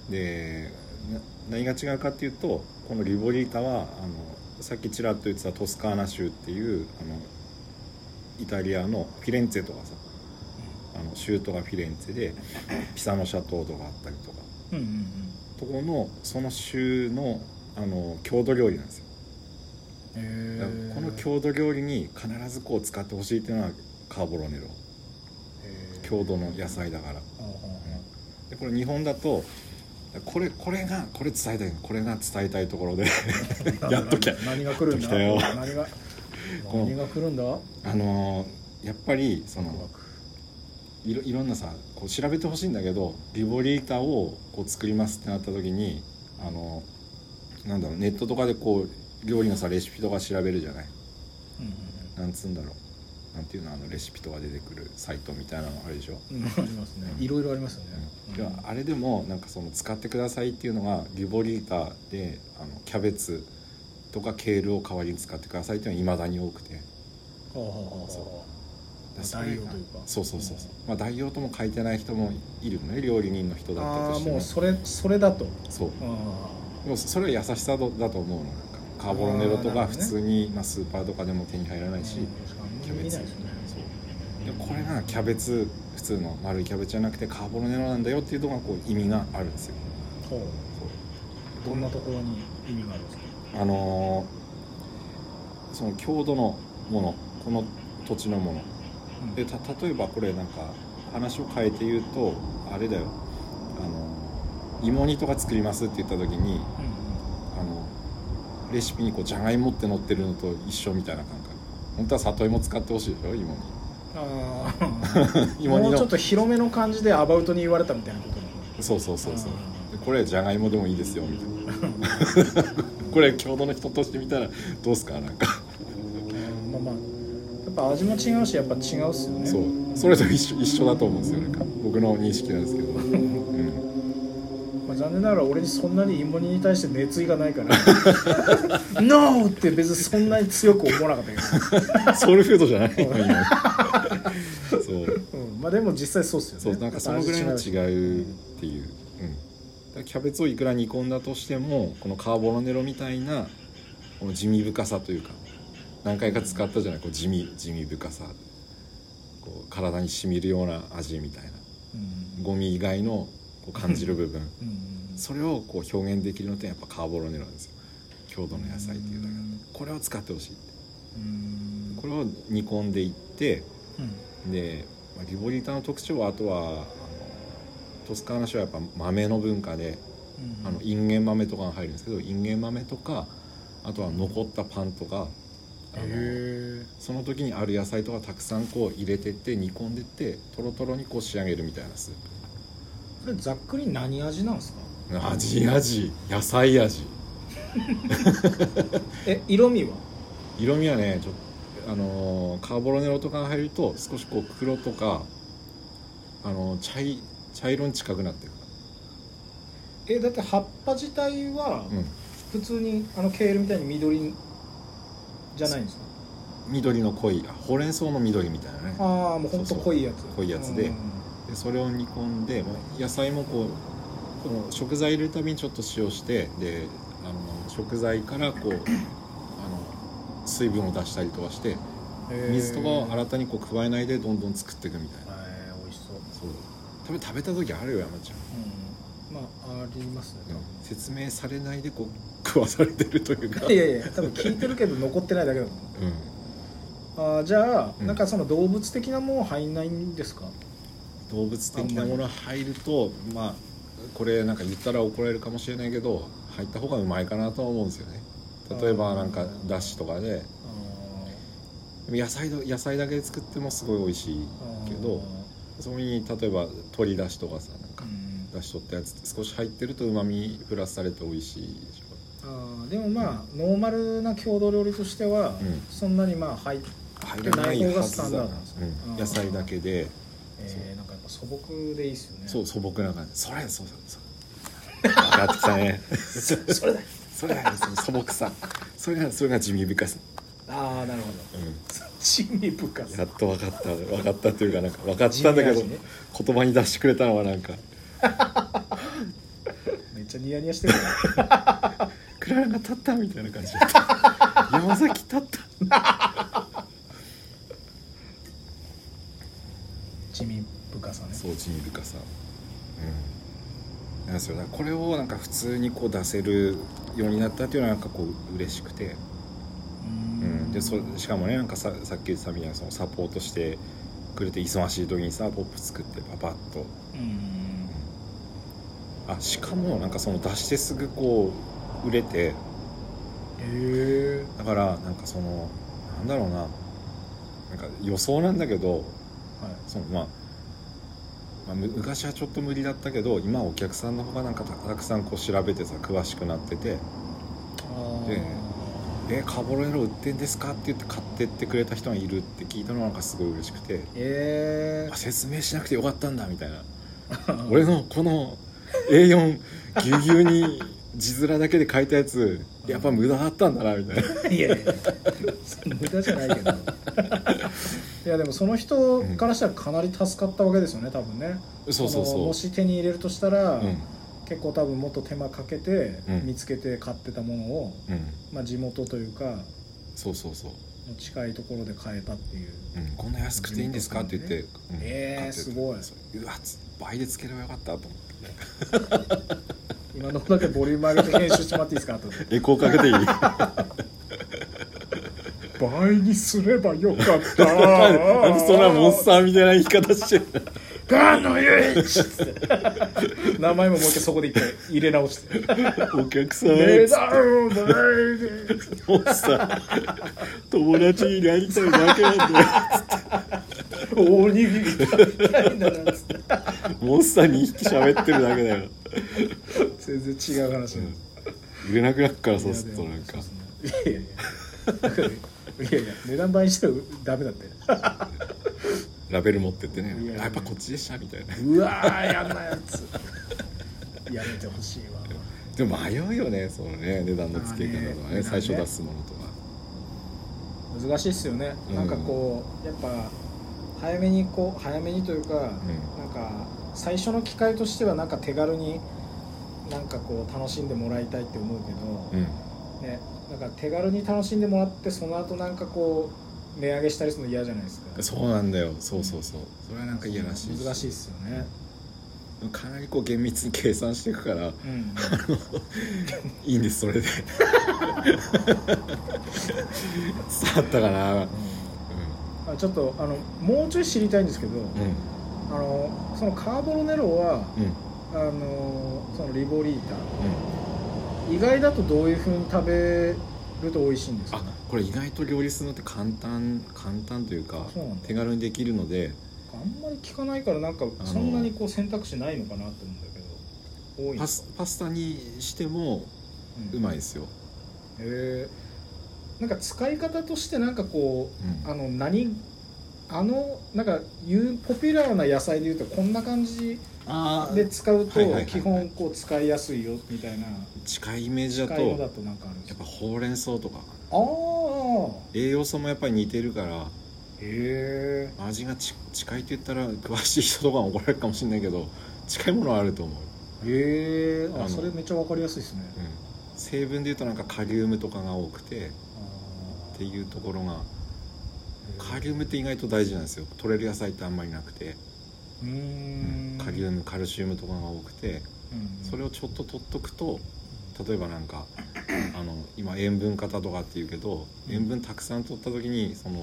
[SPEAKER 1] でな何が違うかっていうとこのリボリータはあのさっきちらっと言ってたトスカーナ州っていうあのイタリアのフィレンツェとかさあの州都がフィレンツェでピサのシャトーとかあったりとか
[SPEAKER 2] うんうんうん
[SPEAKER 1] とこのその州のあの郷土料理なんですよ
[SPEAKER 2] へ
[SPEAKER 1] だから
[SPEAKER 2] ー
[SPEAKER 1] この郷土料理に必ずこう使ってほしいっていうのはカーボロネロ
[SPEAKER 2] へー
[SPEAKER 1] 郷土の野菜だから
[SPEAKER 2] あーあ
[SPEAKER 1] でこれ日本だとこれこれがこれ伝えたいこれが伝えたいところで
[SPEAKER 2] ーあー
[SPEAKER 1] やっときゃ
[SPEAKER 2] 何が来るんだ
[SPEAKER 1] やっときたよ
[SPEAKER 2] 何が
[SPEAKER 1] この
[SPEAKER 2] 何が来るんだワ
[SPEAKER 1] あのーやっぱりそ
[SPEAKER 2] クワ
[SPEAKER 1] の
[SPEAKER 2] ク
[SPEAKER 1] いろいろんなさこう調べてほしいんだけどリボリータをこう作りますってなった時にあのーなんだろうネットとかでこう料理のさレシピとか調べるじゃない
[SPEAKER 2] うんう
[SPEAKER 1] な
[SPEAKER 2] ん
[SPEAKER 1] んつうんだろうなんていうのあのレシピとか出てくるサイトみたいなのあるでしょ
[SPEAKER 2] うんうんありますねいろいろありますよね
[SPEAKER 1] ではあれでもなんかその使ってくださいっていうのがリボリータであのキャベツとかケールを代わりに使ってくださいっていうのはいまだに多くて
[SPEAKER 2] ほうほうほうほうまあ
[SPEAKER 1] それが
[SPEAKER 2] 代用というか
[SPEAKER 1] そうそうそうそう、まあ、代用とも書いてない人もいるよね料理人の人だった
[SPEAKER 2] あ
[SPEAKER 1] と
[SPEAKER 2] あ
[SPEAKER 1] して
[SPEAKER 2] も
[SPEAKER 1] も
[SPEAKER 2] うそれそれだと
[SPEAKER 1] そう
[SPEAKER 2] あ
[SPEAKER 1] でもそれは優しさだと思うのなんかカーボロネロと
[SPEAKER 2] あーなる
[SPEAKER 1] か
[SPEAKER 2] ほ
[SPEAKER 1] 普
[SPEAKER 2] どね
[SPEAKER 1] 通に、まあ、スーパーとかでも手に入らないし、キ
[SPEAKER 2] キ
[SPEAKER 1] ャ
[SPEAKER 2] ャ
[SPEAKER 1] ベ
[SPEAKER 2] ベ
[SPEAKER 1] ツそ
[SPEAKER 2] ツ
[SPEAKER 1] うでもこれがキャベツ普通の丸いキャベツじゃなくてカーボロネロなんだよっていうのがこう意味があるんですよ
[SPEAKER 2] ほうどんなところに意味があるんですか
[SPEAKER 1] あのーその郷土のものこの土地のものでた例えばこれなんか話を変えて言うとあれだよあのー芋煮とか作りますって言った時に
[SPEAKER 2] うん
[SPEAKER 1] あのレシピにこうじゃがいもって載ってるのと一緒みたいな感覚本当は里芋使ってほしいでしょ芋に
[SPEAKER 2] あ あ
[SPEAKER 1] 芋煮
[SPEAKER 2] もう
[SPEAKER 1] の
[SPEAKER 2] ちょっと広めの感じでアバウトに言われたみたいなことなの
[SPEAKER 1] そうそうそうそう
[SPEAKER 2] あ
[SPEAKER 1] でこれじゃがいもでもいいですよみたいな これ郷土の人として見たらどうすかなんか
[SPEAKER 2] ーまあまあやっぱ味も違うしやっぱ違うっすよね
[SPEAKER 1] そうそれと一緒一緒だと思うんですよなんか僕の認識なんですけど、うん、
[SPEAKER 2] まあ、残念ながら俺にそんなに芋煮に対して熱意がないから 「NO!」って別にそんなに強く思わなかったけ
[SPEAKER 1] ソウルフードじゃない今今そう
[SPEAKER 2] ど、うん、まあでも実際そうっすよね
[SPEAKER 1] そうなんかそのぐらいの違うっていう、うん、だからキャベツをいくら煮込んだとしてもこのカーボロネロみたいなこの地味深さというか何回か使ったじゃないこう地味地味深さこう体にしみるような味みたいな
[SPEAKER 2] うん
[SPEAKER 1] ゴミ以外のこう感じる部分
[SPEAKER 2] うん
[SPEAKER 1] それをこう表現できるのってやっぱカーボロネロなんですよ郷土の野菜っていうだけでこれを使ってほしいって
[SPEAKER 2] うん
[SPEAKER 1] これを煮込んでいってで、まあ、リボリータの特徴はあとはあのトスカーナ州はやっぱ豆の文化で、あのインゲン豆とかが入るんですけどインゲン豆とかあとは残ったパンとかあの
[SPEAKER 2] へ
[SPEAKER 1] その時にある野菜とかたくさんこう入れてって煮込んでってとろとろにこう仕上げるみたいなスー
[SPEAKER 2] えこれざっくり何味なんですか
[SPEAKER 1] プ味味野菜味
[SPEAKER 2] え色味は
[SPEAKER 1] 色味はねちょっとあのーカーボロネロとかが入ると少しこう黒とかあのー茶い茶色に近くなってる
[SPEAKER 2] えだって葉っぱ自体は
[SPEAKER 1] うん
[SPEAKER 2] 普通にあのケールみたいに緑じゃないんですか
[SPEAKER 1] 緑の濃いあほうれん草の緑みたいなね
[SPEAKER 2] ああもうほんと濃いや
[SPEAKER 1] そ
[SPEAKER 2] つ
[SPEAKER 1] うそう濃いやつででそれを煮込んで、まあ野菜もこうこの食材入れるたびにちょっと塩してであの食材からこうあの水分を出したりとかして水とかを
[SPEAKER 2] 洗
[SPEAKER 1] 新たにこう加えないでどんどん作っていくみたいな
[SPEAKER 2] えー美味しそう
[SPEAKER 1] そう多分食べた時あるよ山ちゃん、
[SPEAKER 2] うんまあありますね、
[SPEAKER 1] 説明されないでこう食わされてるというか
[SPEAKER 2] いやいやいや多分聞いてるけど残ってないだけだもん
[SPEAKER 1] うん、
[SPEAKER 2] あーじゃあ、
[SPEAKER 1] うん
[SPEAKER 2] なんかその動物的なもん入んないんですか
[SPEAKER 1] 動物的なもの入るとまあこれなんか言ったら怒られるかもしれないけど入った方がうまいかなとは思うんですよね例えばなんかだしとかで
[SPEAKER 2] あ
[SPEAKER 1] でも野菜ど野菜だけで作ってもすごい美味しい
[SPEAKER 2] ー
[SPEAKER 1] けどそこに例えば鶏だしとかさなん
[SPEAKER 2] あ
[SPEAKER 1] か
[SPEAKER 2] ーうん
[SPEAKER 1] だし取ったやつって少し入ってるとうまみプラスされて美味しいでし
[SPEAKER 2] あーでもまあノーマルな郷土料理としては、
[SPEAKER 1] うん
[SPEAKER 2] そんなにまあ入っ
[SPEAKER 1] ょ入らないはずだな、
[SPEAKER 2] 内容がスタンダード
[SPEAKER 1] う
[SPEAKER 2] なん
[SPEAKER 1] ん、
[SPEAKER 2] で
[SPEAKER 1] 野
[SPEAKER 2] すね
[SPEAKER 1] 菜だけで
[SPEAKER 2] えーなんかやっぱ素朴でいいっすよね
[SPEAKER 1] そう素朴な感じそれそうそう そう分かってきたね
[SPEAKER 2] そそれだ
[SPEAKER 1] それがその素朴さそれがそれが地味深さ、
[SPEAKER 2] ああな るほど
[SPEAKER 1] うん、
[SPEAKER 2] 地味深さ
[SPEAKER 1] やっと分かった分かったというかなんか分かったんだけど、
[SPEAKER 2] 地味味ね
[SPEAKER 1] 言葉に出してくれたのはなんか
[SPEAKER 2] めっちゃニヤニ ヤしてるな
[SPEAKER 1] クララが立ったみたいな感じだった 山崎立った
[SPEAKER 2] 地味深さね
[SPEAKER 1] そう地味深さうんなんですよだからこれをなんか普通にこう出せるようになったっていうのはなんかこう嬉しくて、
[SPEAKER 2] う
[SPEAKER 1] うん、でそしかもねなんかささっき言ってたみたいなそのサポートしてくれて忙しい時にさポップ作ってパパッと
[SPEAKER 2] うん
[SPEAKER 1] あしかもなんかその出してすぐこう売れて
[SPEAKER 2] へえ
[SPEAKER 1] だからなんかそのなんだろうななんか予想なんだけど
[SPEAKER 2] はい
[SPEAKER 1] そのまあ、まあむ昔はちょっと無理だったけど今はお客さんの方がなんかたたくさんこう調べてさ詳しくなってて
[SPEAKER 2] あー
[SPEAKER 1] で「えカーボロネロ売ってんですか?」って言って買ってってくれた人がいるって聞いたのがなんかすごい嬉しくて
[SPEAKER 2] え
[SPEAKER 1] あ説明しなくてよかったんだみたいな
[SPEAKER 2] ー、
[SPEAKER 1] 俺のこの A4 ぎゅうぎゅうに字面だけで書いたやつやっぱ無駄だったんだなみたいない
[SPEAKER 2] やいやいや無駄じゃないけどいやでもその人からしたらかなり助かったわけですよね多分ね
[SPEAKER 1] そうそう
[SPEAKER 2] の
[SPEAKER 1] そう
[SPEAKER 2] もし手に入れるとしたら、
[SPEAKER 1] うん
[SPEAKER 2] 結構多分もっと手間かけて
[SPEAKER 1] うん
[SPEAKER 2] 見つけて買ってたものを、
[SPEAKER 1] うん
[SPEAKER 2] まあ、地元というか
[SPEAKER 1] そうそうそう、
[SPEAKER 2] 近いところで買えたっていう
[SPEAKER 1] うん、こんな安くていいんですかって言って、うん
[SPEAKER 2] えー
[SPEAKER 1] 買ってて
[SPEAKER 2] すごいう
[SPEAKER 1] わつ倍でつければよかったと思って
[SPEAKER 2] 今のだけボリューム上げて編集してもらっていいですか後で
[SPEAKER 1] エコーかけ ていい
[SPEAKER 2] 倍にすればよかっ
[SPEAKER 1] なん
[SPEAKER 2] た
[SPEAKER 1] でそんなモンスターみたいな言い方 してる
[SPEAKER 2] ガンのゆいち名前ももう一回そこで一回入れ直して
[SPEAKER 1] お客さん
[SPEAKER 2] メダルだい
[SPEAKER 1] モンスター友達になりたいだけなんだよ
[SPEAKER 2] おにぎり食べたいななんつって
[SPEAKER 1] モンスター2匹喋ってるだけだよ
[SPEAKER 2] 全然違う話なんです
[SPEAKER 1] 売れなくなるからそうするとなんか
[SPEAKER 2] いやいやいやいやいや値段倍にしたらダメだって
[SPEAKER 1] ラベル持ってってね
[SPEAKER 2] いや
[SPEAKER 1] あやっぱこっちでしたみたいな
[SPEAKER 2] うわーやんなやつやめてほしいわ
[SPEAKER 1] でも迷うよねそのね値段の付け方と
[SPEAKER 2] ま
[SPEAKER 1] か
[SPEAKER 2] あ
[SPEAKER 1] ね
[SPEAKER 2] ね
[SPEAKER 1] 最初出すものとか
[SPEAKER 2] 難しいっすよね、
[SPEAKER 1] うん
[SPEAKER 2] なんかこうやっぱ早めにこう早めにというか、
[SPEAKER 1] ん
[SPEAKER 2] なんか最初の機会としてはなんか手軽になんかこう楽しんでもらいたいって思うけど、
[SPEAKER 1] ん
[SPEAKER 2] ねなんか手軽に楽しんでもらってその後なんかこう値上げしたりするの嫌じゃないですか
[SPEAKER 1] そうなんだよそうそうそうそれはなんか嫌らしい
[SPEAKER 2] 難しいっすよね
[SPEAKER 1] かなりこう厳密に計算していくから
[SPEAKER 2] うん
[SPEAKER 1] いいんですそれ で伝わったかな
[SPEAKER 2] あちょっとあのもうちょい知りたいんですけど、
[SPEAKER 1] うんうん
[SPEAKER 2] あのそのカーボロネロは
[SPEAKER 1] うん
[SPEAKER 2] あのそのリボリータ意外だとどういうふうに食べると美味しいんですか
[SPEAKER 1] あこれ意外と料理するのって簡単簡単というか
[SPEAKER 2] そうなんだ
[SPEAKER 1] 手軽にできるので
[SPEAKER 2] あんまり聞かないからなんか
[SPEAKER 1] の
[SPEAKER 2] そんなにこう選択肢ないのかなって思うんだけど多い
[SPEAKER 1] パスパスタにしてもうまい
[SPEAKER 2] い
[SPEAKER 1] ですよ、
[SPEAKER 2] へえんか使い方としてなんかこ
[SPEAKER 1] うん
[SPEAKER 2] うあの何あのなんかいうポピュラーな野菜でいうとこんな感じ
[SPEAKER 1] あ
[SPEAKER 2] で使う
[SPEAKER 1] はいはいはい
[SPEAKER 2] と
[SPEAKER 1] はい
[SPEAKER 2] 基本こう使いやすいよみたいな
[SPEAKER 1] 近いイメージだと
[SPEAKER 2] 使いのだ
[SPEAKER 1] や
[SPEAKER 2] となんかあるんです
[SPEAKER 1] っ
[SPEAKER 2] か
[SPEAKER 1] ぱほうれん草とか
[SPEAKER 2] ああ
[SPEAKER 1] 栄養素もやっぱり似てるから
[SPEAKER 2] へえ
[SPEAKER 1] 味がち近いって言ったら詳しい人とかも怒られるかもしれないけど近いものはあると思う、
[SPEAKER 2] へえ
[SPEAKER 1] あ
[SPEAKER 2] あ
[SPEAKER 1] の
[SPEAKER 2] それめっちゃわかりやすいですね
[SPEAKER 1] うん、成分で言うとなんかカリウムとかが多くてっていうところがカリウムって意外と大事なんですよ取れる野菜ってあんまりなくて、
[SPEAKER 2] うーん
[SPEAKER 1] カリウムカルシウムとかが多くて
[SPEAKER 2] うん
[SPEAKER 1] それをちょっと取っとくと例えばなんかあの今塩分型とかっていうけど
[SPEAKER 2] うん
[SPEAKER 1] 塩分たくさん取った時にその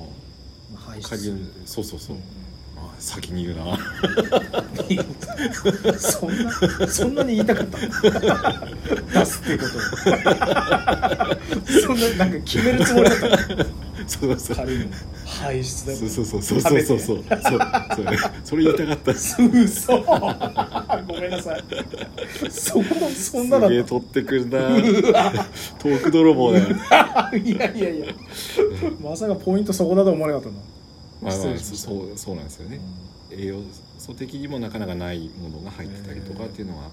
[SPEAKER 2] まあ排
[SPEAKER 1] カ
[SPEAKER 2] 出
[SPEAKER 1] リ
[SPEAKER 2] す
[SPEAKER 1] ウ
[SPEAKER 2] る
[SPEAKER 1] ムそうそうそう、
[SPEAKER 2] ん
[SPEAKER 1] あ先に言うな
[SPEAKER 2] そんなそんなに言いたか った出すっていうこと をそんななんか決めるつもりだっ
[SPEAKER 1] そうそうそ
[SPEAKER 2] た
[SPEAKER 1] う
[SPEAKER 2] 軽いの排出だよ
[SPEAKER 1] そうそうそうそうそうそうそうそうそれそれ言いたかったす
[SPEAKER 2] 嘘 ごめんなさいそこそんなだ
[SPEAKER 1] げえ
[SPEAKER 2] っ
[SPEAKER 1] 取ってくるなトーク泥棒だよ、
[SPEAKER 2] たいやいやいやまさかポイントそこだと思わなかったな
[SPEAKER 1] まあ
[SPEAKER 2] 失
[SPEAKER 1] まあ
[SPEAKER 2] 礼しました
[SPEAKER 1] そうそうなんですよね栄養素的にもなかなかないものが入ってたりとかっていうのは、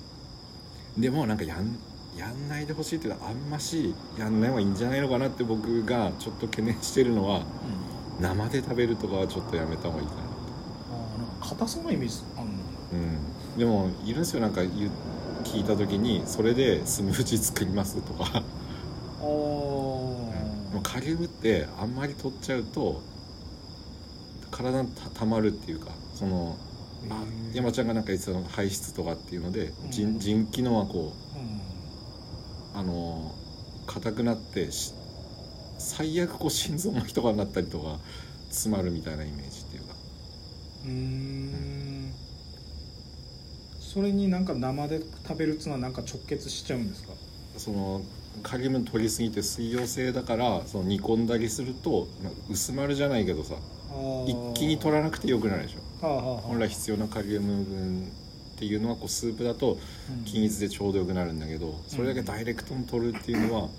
[SPEAKER 1] でもなんかやんやんないでほしいっていうのはあんましやんない方がいいんじゃないのかなって僕がちょっと懸念してるのは生で食べるとかはちょっとやめた方がいいかな
[SPEAKER 2] あーなんか硬そうなイメージあんの
[SPEAKER 1] うんでもいるんですよなんか言う聞いた時にそれでスムージー作りますとかでも
[SPEAKER 2] あ
[SPEAKER 1] カリウムってあんまり取っちゃうと体にたたまるっていうかそのあ
[SPEAKER 2] ー
[SPEAKER 1] 山ちゃんがなんか言ってたのが排出とかっていうので
[SPEAKER 2] うん
[SPEAKER 1] 腎腎機能はこう
[SPEAKER 2] うん
[SPEAKER 1] あのー硬くなってし最悪こう心臓の人がなったりとか詰まるみたいなイメージっていうか
[SPEAKER 2] うーんそれになんか生で食べるっつうのはなんか直結しちゃうんですか
[SPEAKER 1] そのカリウム取りすぎて水溶性だからその煮込んだりするとまあ薄まるじゃないけどさ一気に取
[SPEAKER 2] ら
[SPEAKER 1] らなくてよくなるでしょ本
[SPEAKER 2] 本
[SPEAKER 1] 来必要なカリウム分っていうのはこうスープだと均一でちょうどよくなるんだけどそれだけダイレクトに取るっていう のは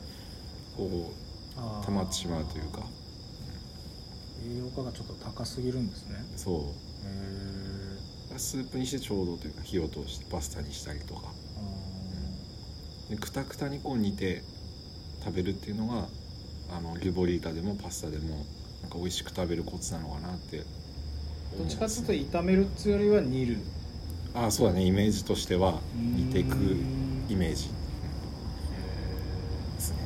[SPEAKER 1] こう溜まってしまうというか
[SPEAKER 2] 栄養価がちょっと高すぎるんですね
[SPEAKER 1] そう
[SPEAKER 2] へ
[SPEAKER 1] スープにしてちょうどというか火を通してパスタにしたりとかでくたくたにこう煮て食べるっていうのがあのリボリータでもパスタでもなんか美味しく食べるコツなのかなって
[SPEAKER 2] どっちかっていうと炒めるっていうよりは煮る
[SPEAKER 1] あそうだねイメージとしては似ていく
[SPEAKER 2] うん
[SPEAKER 1] イメージですね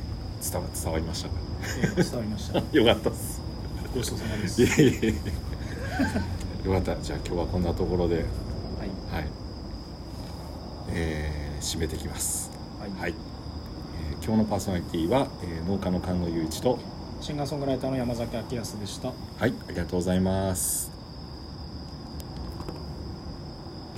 [SPEAKER 1] 伝わ伝わりましたか
[SPEAKER 2] えー伝わりました
[SPEAKER 1] よか ったっす
[SPEAKER 2] ごちそうさまです
[SPEAKER 1] いえいえい えよかったじゃあ今日はこんなところで
[SPEAKER 2] はい
[SPEAKER 1] はいえー締めてきます
[SPEAKER 2] はい
[SPEAKER 1] はい、えー今日のパーソナリティは、えー農家の菅野雄一と
[SPEAKER 2] シンガーソングライターの山崎明康でした
[SPEAKER 1] はいありがとうございます